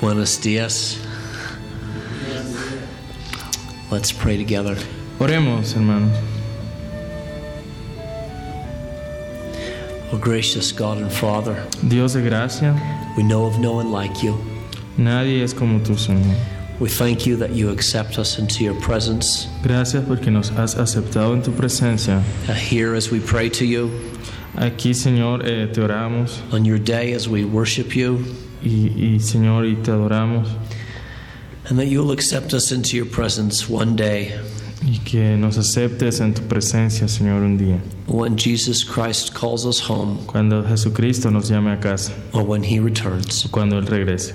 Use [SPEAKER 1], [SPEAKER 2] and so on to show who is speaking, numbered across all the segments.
[SPEAKER 1] Buenos dias. Let's pray together.
[SPEAKER 2] Oremos, hermanos.
[SPEAKER 1] Oh, gracious God and Father,
[SPEAKER 2] Dios de gracia,
[SPEAKER 1] we know of no one like you.
[SPEAKER 2] nadie es como tú, Señor.
[SPEAKER 1] We thank you that you accept us into your presence.
[SPEAKER 2] Gracias porque nos has aceptado en tu presencia.
[SPEAKER 1] Uh, here as we pray to you,
[SPEAKER 2] Aquí, Señor, eh, te oramos
[SPEAKER 1] on your day as we worship you,
[SPEAKER 2] y, y, Señor, y te adoramos
[SPEAKER 1] and that you'll accept us into your presence one day
[SPEAKER 2] y que nos aceptes en tu presencia, Señor, un día.
[SPEAKER 1] when Jesus Christ calls us home
[SPEAKER 2] Cuando Jesucristo nos llame a casa,
[SPEAKER 1] or when he returns.
[SPEAKER 2] cuando Él regrese.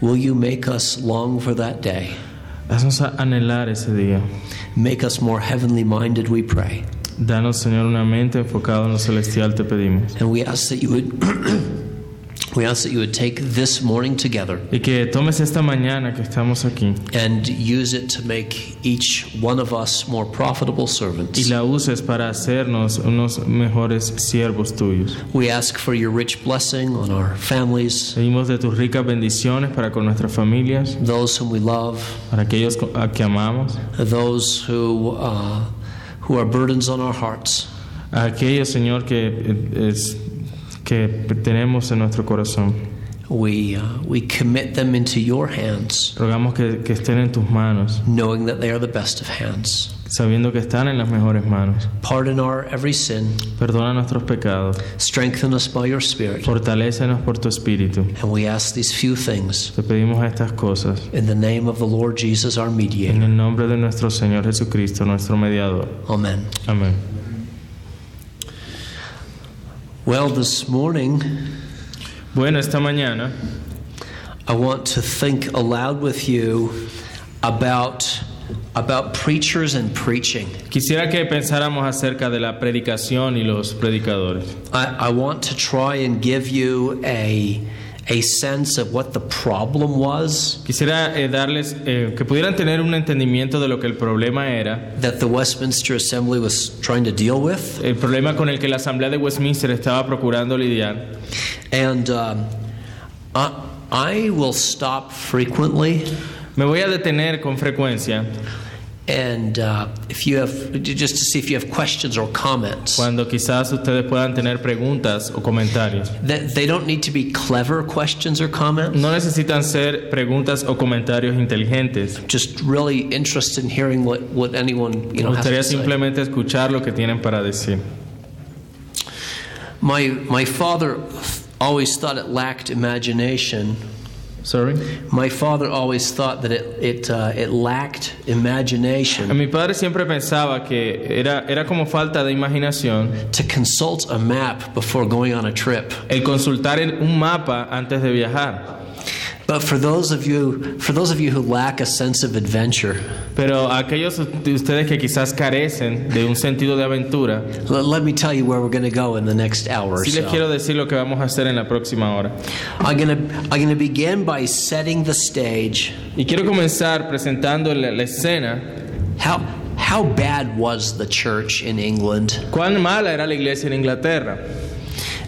[SPEAKER 1] Will you make us long for that day?
[SPEAKER 2] Haznos a- anhelar ese día.
[SPEAKER 1] Make us more heavenly minded, we pray.
[SPEAKER 2] Danos, Señor, una mente enfocada en lo celestial, te pedimos.
[SPEAKER 1] And we ask that you would we ask that you would take this morning together
[SPEAKER 2] Y que tomes esta mañana que estamos aquí
[SPEAKER 1] and use it to make each one of us more profitable
[SPEAKER 2] y
[SPEAKER 1] servants.
[SPEAKER 2] la uses para hacernos unos mejores siervos tuyos.
[SPEAKER 1] We ask for your rich blessing on our families,
[SPEAKER 2] Pedimos de tus ricas bendiciones para con nuestras familias,
[SPEAKER 1] those whom we love,
[SPEAKER 2] para aquellos co- a que amamos,
[SPEAKER 1] those who uh, who are burdens on our hearts.
[SPEAKER 2] a aquellos, Señor, que, eh, es- que tenemos en nuestro corazón.
[SPEAKER 1] We uh, we commit them into your hands,
[SPEAKER 2] Rogamos que, que estén en tus manos,
[SPEAKER 1] knowing that they are the best of hands.
[SPEAKER 2] sabiendo que están en las mejores manos.
[SPEAKER 1] Pardon our every sin.
[SPEAKER 2] Perdona nuestros pecados,
[SPEAKER 1] Strengthen us by your Spirit.
[SPEAKER 2] fortalécenos por tu espíritu.
[SPEAKER 1] And we ask these few things
[SPEAKER 2] Te pedimos estas cosas
[SPEAKER 1] in the name of the Lord Jesus, our
[SPEAKER 2] en
[SPEAKER 1] mediator.
[SPEAKER 2] el nombre de nuestro Señor Jesucristo, nuestro mediador.
[SPEAKER 1] Amen.
[SPEAKER 2] Amén.
[SPEAKER 1] Well, this morning,
[SPEAKER 2] Bueno, esta mañana
[SPEAKER 1] I want to think aloud with you about, about preachers and preaching.
[SPEAKER 2] quisiera que pensáramos acerca de la predicación y los predicadores.
[SPEAKER 1] I, I want to try and give you a, a sense of what the problem was
[SPEAKER 2] Quisiera eh, darles eh, que pudieran tener un entendimiento de lo que el problema era,
[SPEAKER 1] that the Westminster Assembly was trying to deal with.
[SPEAKER 2] el problema con el que la Asamblea de Westminster estaba procurando lidiar.
[SPEAKER 1] And um, I, I will stop frequently.
[SPEAKER 2] Me voy a detener con frecuencia
[SPEAKER 1] And uh, if you have, just to see if you have questions or comments.
[SPEAKER 2] cuando quizás ustedes puedan tener preguntas o comentarios.
[SPEAKER 1] That they don't need to be clever questions or comments.
[SPEAKER 2] No necesitan ser preguntas o comentarios inteligentes.
[SPEAKER 1] Just really interested in hearing what, what anyone you
[SPEAKER 2] Me
[SPEAKER 1] know has
[SPEAKER 2] gustaría
[SPEAKER 1] to say.
[SPEAKER 2] simplemente escuchar lo que tienen para decir.
[SPEAKER 1] My my father always thought it lacked imagination.
[SPEAKER 2] Sorry.
[SPEAKER 1] My father always thought that it it uh, it lacked imagination
[SPEAKER 2] Mi padre siempre pensaba que era, era como falta de imaginación
[SPEAKER 1] to consult a map before going on a trip.
[SPEAKER 2] el consultar el- un mapa antes de viajar.
[SPEAKER 1] But for those of you for those of you who lack a sense of adventure,
[SPEAKER 2] Pero aquellos de ustedes que quizás carecen de un sentido de aventura,
[SPEAKER 1] let, let me tell you where we're going to go in the next hour or
[SPEAKER 2] sí les
[SPEAKER 1] so.
[SPEAKER 2] quiero decir lo que vamos a hacer en la próxima hora.
[SPEAKER 1] I'm going to I'm going to begin by setting the stage.
[SPEAKER 2] Y quiero comenzar presentando la, la escena.
[SPEAKER 1] How how bad was the church in England?
[SPEAKER 2] ¿Cuán mala era la iglesia en Inglaterra?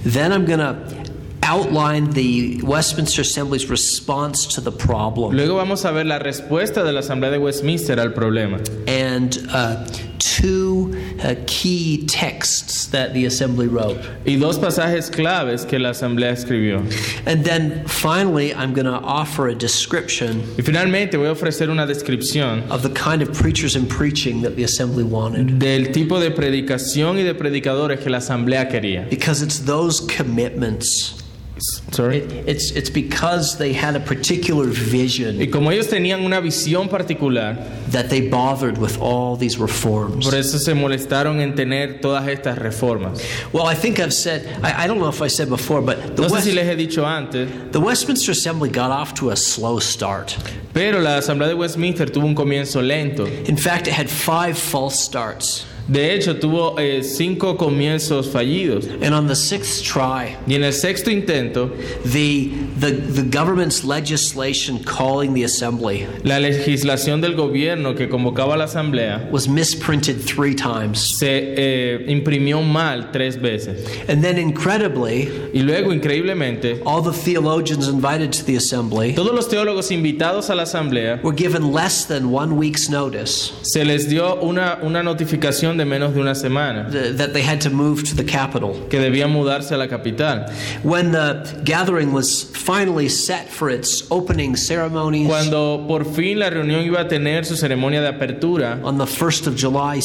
[SPEAKER 1] Then I'm going to outline the Westminster Assembly's response to the problem
[SPEAKER 2] Luego vamos a ver la respuesta de la Asamblea de Westminster al problema.
[SPEAKER 1] and uh, two uh, key texts that the assembly wrote.
[SPEAKER 2] Y dos pasajes claves que la Asamblea escribió.
[SPEAKER 1] And then finally, I'm going to offer a description
[SPEAKER 2] Y finalmente voy a ofrecer una descripción
[SPEAKER 1] of the kind of preachers and preaching that the assembly wanted.
[SPEAKER 2] del tipo de predicación y de predicadores que la Asamblea quería.
[SPEAKER 1] Because it's those commitments.
[SPEAKER 2] Sorry.
[SPEAKER 1] It, it's, it's because they had a particular vision
[SPEAKER 2] Y como ellos tenían una visión particular,
[SPEAKER 1] that they bothered with all these reforms.
[SPEAKER 2] Por eso se molestaron en tener todas estas reformas.
[SPEAKER 1] Well, I think I've said, I, I don't know if I said before, but the,
[SPEAKER 2] No sé
[SPEAKER 1] West-
[SPEAKER 2] si les he dicho antes,
[SPEAKER 1] the Westminster Assembly got off to a slow start.
[SPEAKER 2] pero la Asamblea de Westminster tuvo un comienzo lento.
[SPEAKER 1] In fact, it had five false starts.
[SPEAKER 2] De hecho, tuvo eh, cinco comienzos fallidos.
[SPEAKER 1] And on the sixth try,
[SPEAKER 2] Y en el sexto intento,
[SPEAKER 1] the, the, the government's legislation calling the assembly
[SPEAKER 2] la legislación del gobierno que convocaba a la asamblea
[SPEAKER 1] was misprinted three times.
[SPEAKER 2] se eh, imprimió mal tres veces.
[SPEAKER 1] And then, incredibly,
[SPEAKER 2] Y luego, increíblemente,
[SPEAKER 1] all the theologians invited to the assembly
[SPEAKER 2] todos los teólogos invitados a la asamblea
[SPEAKER 1] were given less than one week's notice
[SPEAKER 2] se les dio una, una notificación de menos de una semana
[SPEAKER 1] th- that they had to move to the capital.
[SPEAKER 2] que debían mudarse a la capital.
[SPEAKER 1] When the gathering was finally set for its opening ceremonies
[SPEAKER 2] Cuando por fin la reunión iba a tener su ceremonia de apertura
[SPEAKER 1] on the 1st of July,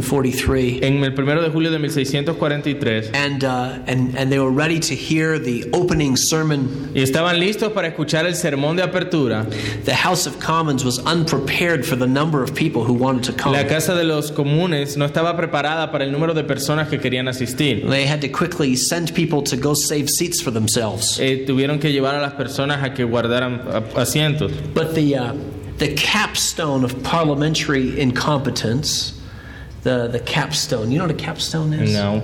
[SPEAKER 1] 1643,
[SPEAKER 2] en el primero de julio de 1643
[SPEAKER 1] and, uh, and, and they were ready to hear the opening sermon,
[SPEAKER 2] y estaban listos para escuchar el sermón de apertura,
[SPEAKER 1] the House of Commons was unprepared for the number of people who wanted to come.
[SPEAKER 2] la Casa de los Comunes no estaba preparada para el número de personas que querían asistir.
[SPEAKER 1] They had to quickly send people to go save seats for themselves.
[SPEAKER 2] Eh, tuvieron que llevar a las personas a que guardaran a- asientos.
[SPEAKER 1] But the, uh, the capstone of parliamentary incompetence, the, the capstone, you know what a capstone is?
[SPEAKER 2] No.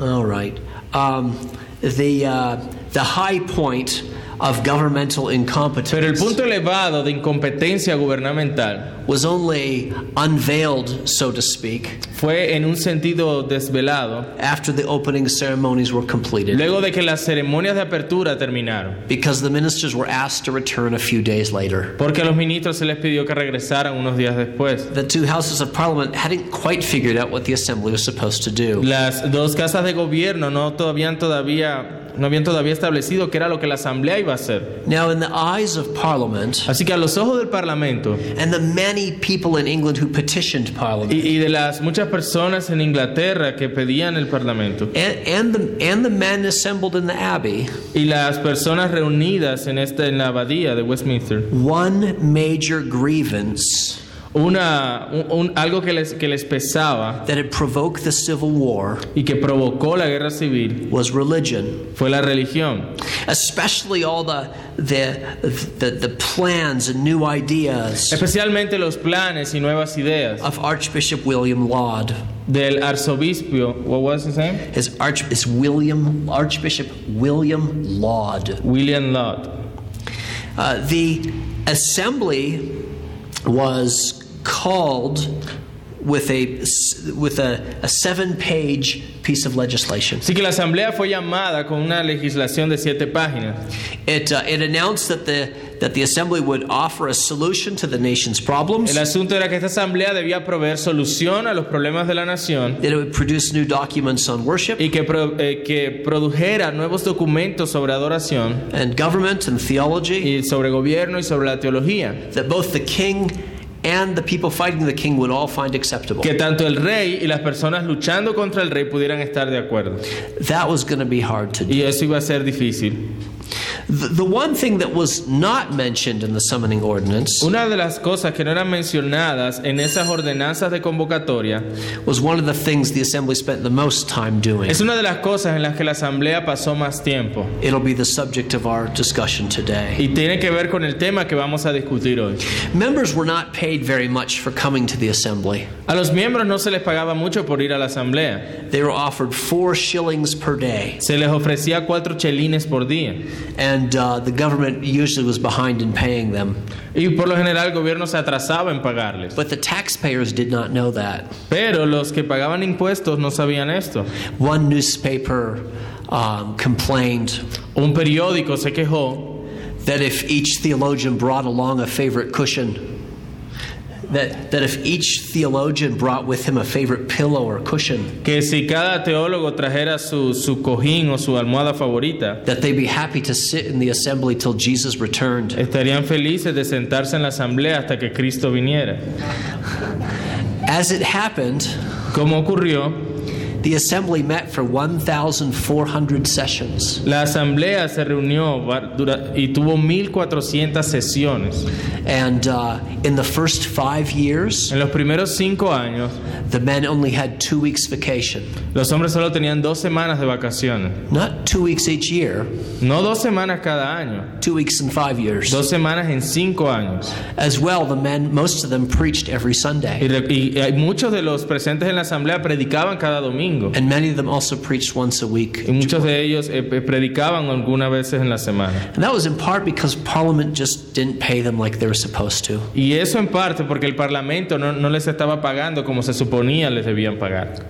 [SPEAKER 1] All right. Um, the, uh, the high point of governmental
[SPEAKER 2] Pero el
[SPEAKER 1] incompetence
[SPEAKER 2] punto elevado de incompetencia gubernamental
[SPEAKER 1] was only unveiled, so to speak,
[SPEAKER 2] fue en un sentido desvelado
[SPEAKER 1] after the opening ceremonies were completed
[SPEAKER 2] luego de que las ceremonias de apertura terminaron,
[SPEAKER 1] because the ministers were asked to return a few days later.
[SPEAKER 2] porque a los ministros se les pidió que regresaran unos días después.
[SPEAKER 1] The two houses of parliament hadn't quite figured out what the assembly was supposed to do.
[SPEAKER 2] Las dos casas de gobierno no todavía, todavía, no habían todavía establecido qué era lo que la asamblea iba a hacer.
[SPEAKER 1] Now, in the eyes of parliament,
[SPEAKER 2] Así que a los ojos del Parlamento
[SPEAKER 1] and the many people in England who petitioned
[SPEAKER 2] y,
[SPEAKER 1] Parliament,
[SPEAKER 2] y de las muchas personas en Inglaterra que pedían el Parlamento
[SPEAKER 1] and, and the and the men assembled in the Abbey,
[SPEAKER 2] y las personas reunidas en, esta, en la abadía de Westminster,
[SPEAKER 1] one major grievance
[SPEAKER 2] una, un- un- algo que les, que les pesaba
[SPEAKER 1] that had provoked the Civil War
[SPEAKER 2] y que provocó la guerra civil
[SPEAKER 1] was religion,
[SPEAKER 2] fue la religión,
[SPEAKER 1] especially all the the the, the plans and new ideas
[SPEAKER 2] especialmente los planes y nuevas ideas
[SPEAKER 1] of Archbishop William Laud.
[SPEAKER 2] del arzobispo, what was his name?
[SPEAKER 1] His arch is William Archbishop William Laud.
[SPEAKER 2] William Lott.
[SPEAKER 1] Uh, the assembly was called with a with a, a seven-page piece of legislation.
[SPEAKER 2] Así que la asamblea fue llamada con una legislación de siete páginas.
[SPEAKER 1] It uh, it announced that the that the assembly would offer a solution to the nation's problems.
[SPEAKER 2] El asunto era que esta asamblea debía proveer solución a los problemas de la nación
[SPEAKER 1] That it would produce new documents on worship
[SPEAKER 2] y que, pro- eh, que produjera nuevos documentos sobre adoración
[SPEAKER 1] and government and theology.
[SPEAKER 2] y sobre gobierno y sobre la teología,
[SPEAKER 1] That both the king and the people fighting the king would all find acceptable.
[SPEAKER 2] que tanto el rey y las personas luchando contra el rey pudieran estar de acuerdo.
[SPEAKER 1] That was going to be hard to do.
[SPEAKER 2] Y eso iba a ser difícil.
[SPEAKER 1] The, the one thing that was not mentioned in the summoning ordinance
[SPEAKER 2] Una de las cosas que no eran mencionadas en esas ordenanzas de convocatoria
[SPEAKER 1] was one of the things the assembly spent the most time doing.
[SPEAKER 2] es una de las cosas en las que la asamblea pasó más tiempo.
[SPEAKER 1] It'll be the subject of our discussion today.
[SPEAKER 2] Y tiene que ver con el tema que vamos a discutir hoy.
[SPEAKER 1] Members were not paid very much for coming to the assembly.
[SPEAKER 2] A los miembros no se les pagaba mucho por ir a la asamblea.
[SPEAKER 1] They were offered four shillings per day,
[SPEAKER 2] Se les ofrecía cuatro chelines por día.
[SPEAKER 1] and uh, the government usually was behind in paying them.
[SPEAKER 2] Y por lo general el gobierno se atrasaba en pagarles.
[SPEAKER 1] But the taxpayers did not know that.
[SPEAKER 2] Pero los que pagaban impuestos no sabían esto.
[SPEAKER 1] One newspaper um, complained
[SPEAKER 2] Un periódico se quejó
[SPEAKER 1] that if each theologian brought along a favorite cushion, that, that if each theologian brought with him a favorite pillow or cushion,
[SPEAKER 2] que si cada teólogo trajera su, su cojín o su almohada favorita,
[SPEAKER 1] that they'd be happy to sit in the assembly till Jesus returned.
[SPEAKER 2] estarían felices de sentarse en la asamblea hasta que Cristo viniera.
[SPEAKER 1] As it happened,
[SPEAKER 2] Como ocurrió,
[SPEAKER 1] The assembly met for 1,400 sessions,
[SPEAKER 2] La asamblea se reunió va- dura- y tuvo 1.400 sesiones.
[SPEAKER 1] and uh, in the first five years,
[SPEAKER 2] En los primeros cinco años,
[SPEAKER 1] the men only had two weeks vacation.
[SPEAKER 2] los hombres solo tenían dos semanas de vacaciones.
[SPEAKER 1] Not two weeks each year,
[SPEAKER 2] No dos semanas cada año,
[SPEAKER 1] two weeks in five years.
[SPEAKER 2] dos semanas en cinco años.
[SPEAKER 1] As well, the men, most of them preached every
[SPEAKER 2] Y,
[SPEAKER 1] Sunday,
[SPEAKER 2] re- y- y muchos de los presentes en la asamblea predicaban cada domingo.
[SPEAKER 1] and many of them also preached once a week.
[SPEAKER 2] Y muchos de ellos eh, eh, predicaban algunas veces en la semana.
[SPEAKER 1] And that was in part because Parliament just didn't pay them like they were supposed to.
[SPEAKER 2] Y eso en parte porque el Parlamento no, no les estaba pagando como se suponía les debían pagar.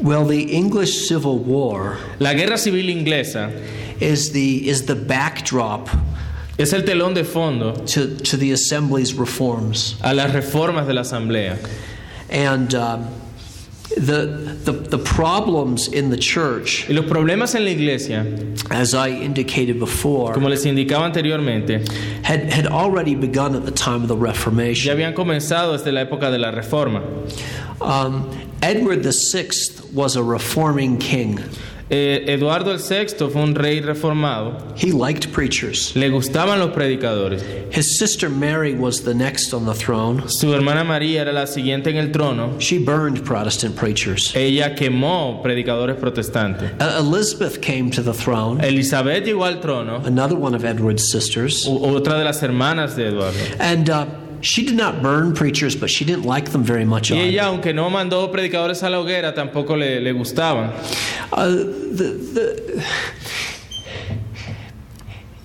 [SPEAKER 1] Well, the English Civil War
[SPEAKER 2] La guerra civil inglesa
[SPEAKER 1] is the, is the backdrop
[SPEAKER 2] es el telón de fondo
[SPEAKER 1] to, to the Assembly's reforms.
[SPEAKER 2] a las reformas de la asamblea.
[SPEAKER 1] And um, the, the, the problems in the church,
[SPEAKER 2] Y los problemas en la iglesia,
[SPEAKER 1] as I indicated before,
[SPEAKER 2] como les indicaba anteriormente,
[SPEAKER 1] had, had already begun at the time of the
[SPEAKER 2] ya
[SPEAKER 1] Reformation.
[SPEAKER 2] habían comenzado desde la época de la reforma.
[SPEAKER 1] Um, Edward VI was a reforming king.
[SPEAKER 2] Eh, Eduardo el VI fue un rey reformado,
[SPEAKER 1] He liked preachers.
[SPEAKER 2] le gustaban los predicadores.
[SPEAKER 1] His sister Mary was the next on the throne.
[SPEAKER 2] Su hermana María era la siguiente en el trono.
[SPEAKER 1] She burned Protestant preachers. E,
[SPEAKER 2] Ella quemó predicadores protestantes.
[SPEAKER 1] Uh, Elizabeth came to the throne,
[SPEAKER 2] Elizabeth llegó al trono,
[SPEAKER 1] another one of Edward's sisters.
[SPEAKER 2] u- otra de las hermanas de Eduardo.
[SPEAKER 1] And uh, she did not burn preachers, but she didn't like them very much
[SPEAKER 2] Y
[SPEAKER 1] either.
[SPEAKER 2] ella, aunque no mandó predicadores a la hoguera, tampoco le, le gustaban.
[SPEAKER 1] Uh, the, the,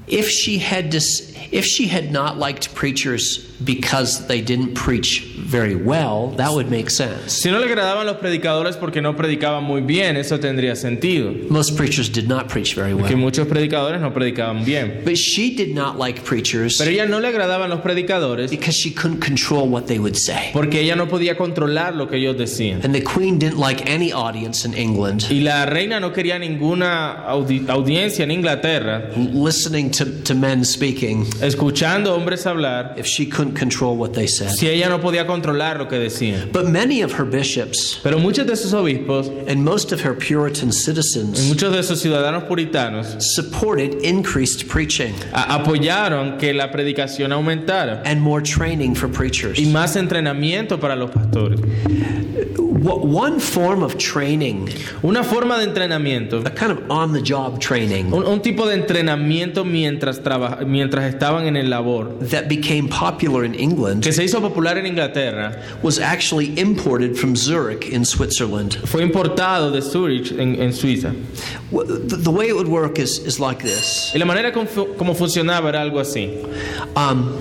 [SPEAKER 1] if she had dis, if she had not liked preachers because they didn't preach very well, that would make sense.
[SPEAKER 2] Si no le agradaban los predicadores porque no predicaban muy bien, eso tendría sentido.
[SPEAKER 1] Most preachers did not preach very
[SPEAKER 2] Que
[SPEAKER 1] well.
[SPEAKER 2] muchos predicadores no predicaban bien.
[SPEAKER 1] But she did not like preachers
[SPEAKER 2] Pero ella no le agradaban los predicadores
[SPEAKER 1] because she couldn't control what they would say.
[SPEAKER 2] porque ella no podía controlar lo que ellos decían.
[SPEAKER 1] And the Queen didn't like any audience in England
[SPEAKER 2] Y la reina no quería ninguna audi- audiencia en Inglaterra
[SPEAKER 1] listening to, to men speaking
[SPEAKER 2] escuchando hombres hablar
[SPEAKER 1] if she couldn't control what they said.
[SPEAKER 2] si ella no podía controlar lo que decían.
[SPEAKER 1] But many of her bishops
[SPEAKER 2] Pero muchos de sus obispos
[SPEAKER 1] and most of her Puritan
[SPEAKER 2] y
[SPEAKER 1] citizens
[SPEAKER 2] muchos de sus ciudadanos puritanos
[SPEAKER 1] supported increased preaching
[SPEAKER 2] a- apoyaron que la predicación aumentara
[SPEAKER 1] and more training for
[SPEAKER 2] y
[SPEAKER 1] preachers.
[SPEAKER 2] más entrenamiento para los pastores.
[SPEAKER 1] W- One form of training,
[SPEAKER 2] Una forma de entrenamiento,
[SPEAKER 1] a kind of on the job training,
[SPEAKER 2] un, un tipo de entrenamiento mientras, traba- mientras estaban en el labor,
[SPEAKER 1] that became popular in England
[SPEAKER 2] que se hizo popular en Inglaterra,
[SPEAKER 1] was actually imported from Zurich in Switzerland.
[SPEAKER 2] fue importado de Zurich en, en Suiza.
[SPEAKER 1] W- The the way it would work is, is like this
[SPEAKER 2] Y la manera con- como funcionaba era algo así.
[SPEAKER 1] um,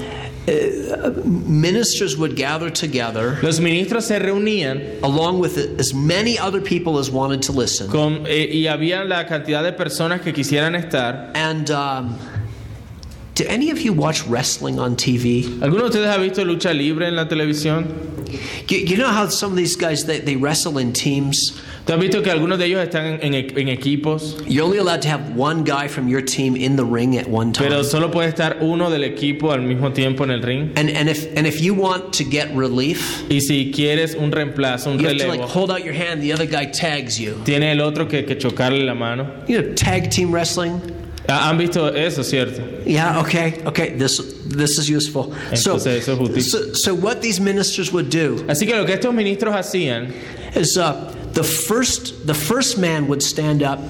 [SPEAKER 1] uh, ministers would gather together
[SPEAKER 2] Los ministros se reunían
[SPEAKER 1] along with as many other people as wanted to listen.
[SPEAKER 2] con, eh, y había la cantidad de personas que quisieran estar.
[SPEAKER 1] And um, do any of you watch wrestling on TV?
[SPEAKER 2] ¿Alguno de ustedes ha visto lucha libre en la televisión?
[SPEAKER 1] You, you know how some of these guys they, they wrestle in teams.
[SPEAKER 2] ¿Tú has visto que algunos de ellos están en, en e- en equipos?
[SPEAKER 1] You're only allowed to have one guy from your team in the ring at one time.
[SPEAKER 2] Pero solo puede estar uno del equipo al mismo tiempo en el ring.
[SPEAKER 1] and and if and if you want to get relief,
[SPEAKER 2] Y si quieres un reemplazo, un
[SPEAKER 1] you have to like
[SPEAKER 2] relevo,
[SPEAKER 1] hold out your hand. The other guy tags you.
[SPEAKER 2] tiene el otro que, que chocarle la mano.
[SPEAKER 1] You know, tag team wrestling.
[SPEAKER 2] Ah, ¿Han visto eso, cierto?
[SPEAKER 1] Yeah. Okay. Okay. This this is useful. So
[SPEAKER 2] Entonces, eso es útil.
[SPEAKER 1] so, so what these ministers would do
[SPEAKER 2] Así que lo que estos ministros hacían,
[SPEAKER 1] is uh, the first the first man would stand up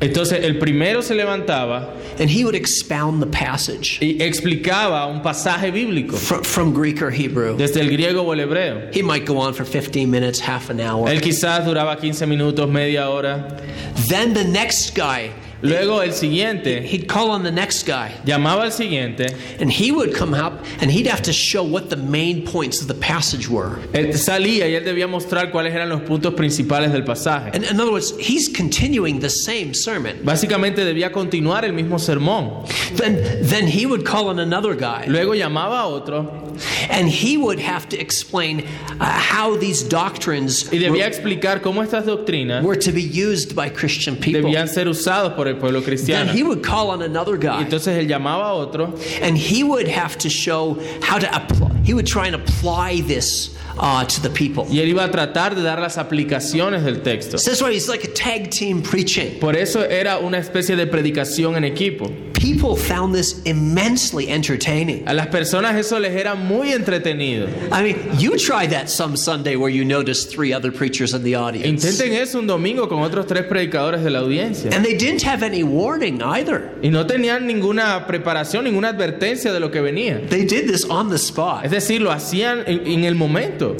[SPEAKER 2] entonces el primero se levantaba
[SPEAKER 1] and he would expound the passage.
[SPEAKER 2] y explicaba un pasaje bíblico,
[SPEAKER 1] from, from Greek or Hebrew.
[SPEAKER 2] desde el griego o el hebreo.
[SPEAKER 1] He might go on for 15 minutes, half an hour.
[SPEAKER 2] Él quizás duraba 15 minutos, media hora.
[SPEAKER 1] Then the next guy,
[SPEAKER 2] Luego el siguiente
[SPEAKER 1] he'd call on the next guy,
[SPEAKER 2] llamaba al siguiente.
[SPEAKER 1] and he would come up and he'd have to show what the main points of the passage were.
[SPEAKER 2] Él salía y él debía mostrar cuáles eran los puntos principales del pasaje.
[SPEAKER 1] And in other words, he's continuing the same sermon.
[SPEAKER 2] Básicamente debía continuar el mismo sermón.
[SPEAKER 1] Then, then he would call on another guy,
[SPEAKER 2] Luego llamaba a otro
[SPEAKER 1] and he would have to explain uh, how these doctrines
[SPEAKER 2] y
[SPEAKER 1] were,
[SPEAKER 2] debía explicar cómo estas doctrinas
[SPEAKER 1] were to be used by Christian people.
[SPEAKER 2] debían ser usadas por por el pueblo cristiano.
[SPEAKER 1] then he would call on another
[SPEAKER 2] Y
[SPEAKER 1] guy
[SPEAKER 2] entonces él llamaba a otro
[SPEAKER 1] and he would have to show how to apply, he would try and apply this uh, to the people.
[SPEAKER 2] y él iba a tratar de dar las aplicaciones del texto.
[SPEAKER 1] So that's why he's like a tag team preaching.
[SPEAKER 2] Por eso era una especie de predicación en equipo.
[SPEAKER 1] People found this immensely entertaining.
[SPEAKER 2] A las personas eso les era muy entretenido.
[SPEAKER 1] I mean, you try that some Sunday where you notice three other preachers in the audience.
[SPEAKER 2] Intenten eso un domingo con otros tres predicadores de la audiencia.
[SPEAKER 1] And they didn't have any warning either.
[SPEAKER 2] Y no tenían ninguna preparación, ninguna advertencia de lo que venía.
[SPEAKER 1] They did this on the
[SPEAKER 2] Es
[SPEAKER 1] spot.
[SPEAKER 2] decir, lo hacían en, en el momento.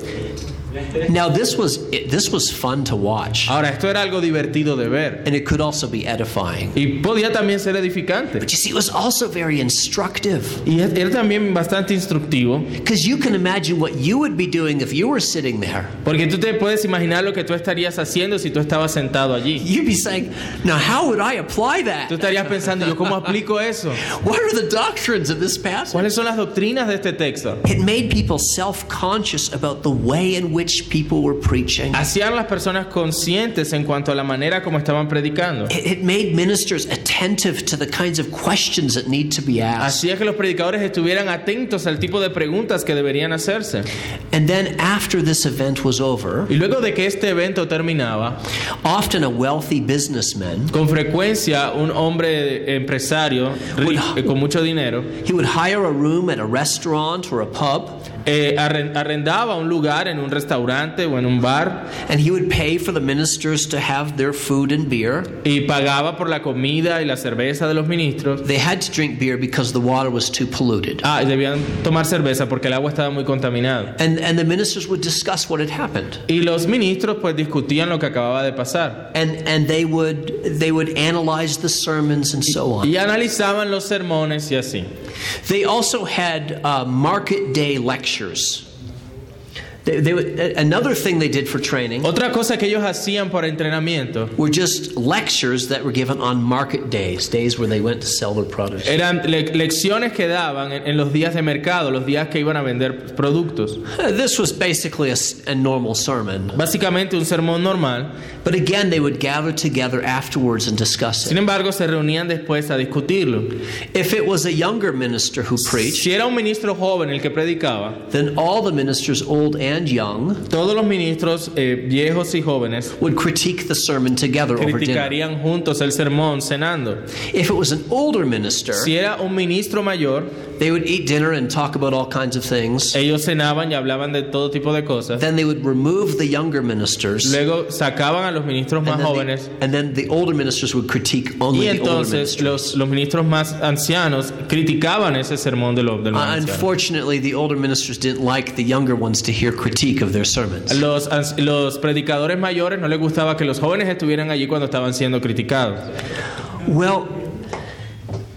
[SPEAKER 1] Now this was it, this was fun to watch
[SPEAKER 2] Ahora, esto era algo divertido de ver.
[SPEAKER 1] and it could also be edifying.
[SPEAKER 2] Y podía también ser edificante.
[SPEAKER 1] But you see, it was also very instructive
[SPEAKER 2] Y es- era también bastante instructivo.
[SPEAKER 1] because you can imagine what you would be doing if you were sitting there.
[SPEAKER 2] Porque tú te puedes imaginar lo que tú estarías haciendo si tú estabas sentado allí.
[SPEAKER 1] You'd be saying, "Now how would I apply
[SPEAKER 2] Tú
[SPEAKER 1] that?
[SPEAKER 2] estarías pensando, ¿yo cómo aplico eso?
[SPEAKER 1] What are the doctrines of this passage?"
[SPEAKER 2] ¿Cuáles son las doctrinas de este texto?
[SPEAKER 1] It made people self conscious about the way in which people were preaching. It,
[SPEAKER 2] Hacían las personas conscientes en cuanto a la manera como estaban predicando.
[SPEAKER 1] it made ministers attentive to the kinds of questions that need to be asked.
[SPEAKER 2] Hacía que los predicadores estuvieran atentos al tipo de preguntas que deberían hacerse.
[SPEAKER 1] And then, after this event was over,
[SPEAKER 2] Y luego de que este evento terminaba,
[SPEAKER 1] often a wealthy businessman
[SPEAKER 2] con frecuencia un hombre empresario ri- eh, con mucho dinero
[SPEAKER 1] he would hire a room at a restaurant or a pub,
[SPEAKER 2] eh, arren- arrendaba un lugar en un restaurante o en un bar
[SPEAKER 1] and he would pay for the ministers to have their food and beer.
[SPEAKER 2] y pagaba por la comida y la cerveza de los ministros.
[SPEAKER 1] They had to drink beer because the water was too polluted.
[SPEAKER 2] Ah, y debían tomar cerveza porque el agua estaba muy contaminada.
[SPEAKER 1] And, and the ministers would discuss what had happened.
[SPEAKER 2] Y los ministros pues discutían lo que acababa de pasar.
[SPEAKER 1] And, and they would they would analyze the sermons and so on.
[SPEAKER 2] Y analizaban los sermones y así.
[SPEAKER 1] They also had uh, market day lectures. They, they would, a- another thing they did for training
[SPEAKER 2] Otra cosa que ellos hacían para entrenamiento
[SPEAKER 1] were just lectures that were given on market days, days where they went to sell their products.
[SPEAKER 2] eran le- lecciones que daban en, en los días de mercado, los días que iban a vender productos.
[SPEAKER 1] Uh, This was basically a, s- a normal sermon.
[SPEAKER 2] Básicamente un sermón normal.
[SPEAKER 1] But again, they would gather together afterwards and discuss
[SPEAKER 2] Sin
[SPEAKER 1] it.
[SPEAKER 2] embargo, se reunían después a discutirlo.
[SPEAKER 1] If it was a younger minister who preached,
[SPEAKER 2] Si era un ministro joven el que predicaba,
[SPEAKER 1] then all the ministers, old and young,
[SPEAKER 2] todos los ministros, eh, viejos y jóvenes,
[SPEAKER 1] would critique the sermon together over dinner.
[SPEAKER 2] criticarían juntos el sermón cenando.
[SPEAKER 1] If it was an older minister,
[SPEAKER 2] Si era un ministro mayor,
[SPEAKER 1] they would eat dinner and talk about all kinds of things.
[SPEAKER 2] ellos cenaban y hablaban de todo tipo de cosas.
[SPEAKER 1] Then they would remove the younger ministers.
[SPEAKER 2] Luego sacaban a los ministros más
[SPEAKER 1] and, then
[SPEAKER 2] jóvenes
[SPEAKER 1] the, and then the older ministers would critique only
[SPEAKER 2] Y
[SPEAKER 1] the older
[SPEAKER 2] entonces
[SPEAKER 1] ministers.
[SPEAKER 2] los, los ministros más ancianos criticaban ese sermón de los, de los
[SPEAKER 1] Uh,
[SPEAKER 2] ancianos.
[SPEAKER 1] unfortunately, the older ministers didn't like the younger ones to hear critique of their sermons.
[SPEAKER 2] Los, anci- los predicadores mayores no les gustaba que los jóvenes estuvieran allí cuando estaban siendo criticados.
[SPEAKER 1] Well,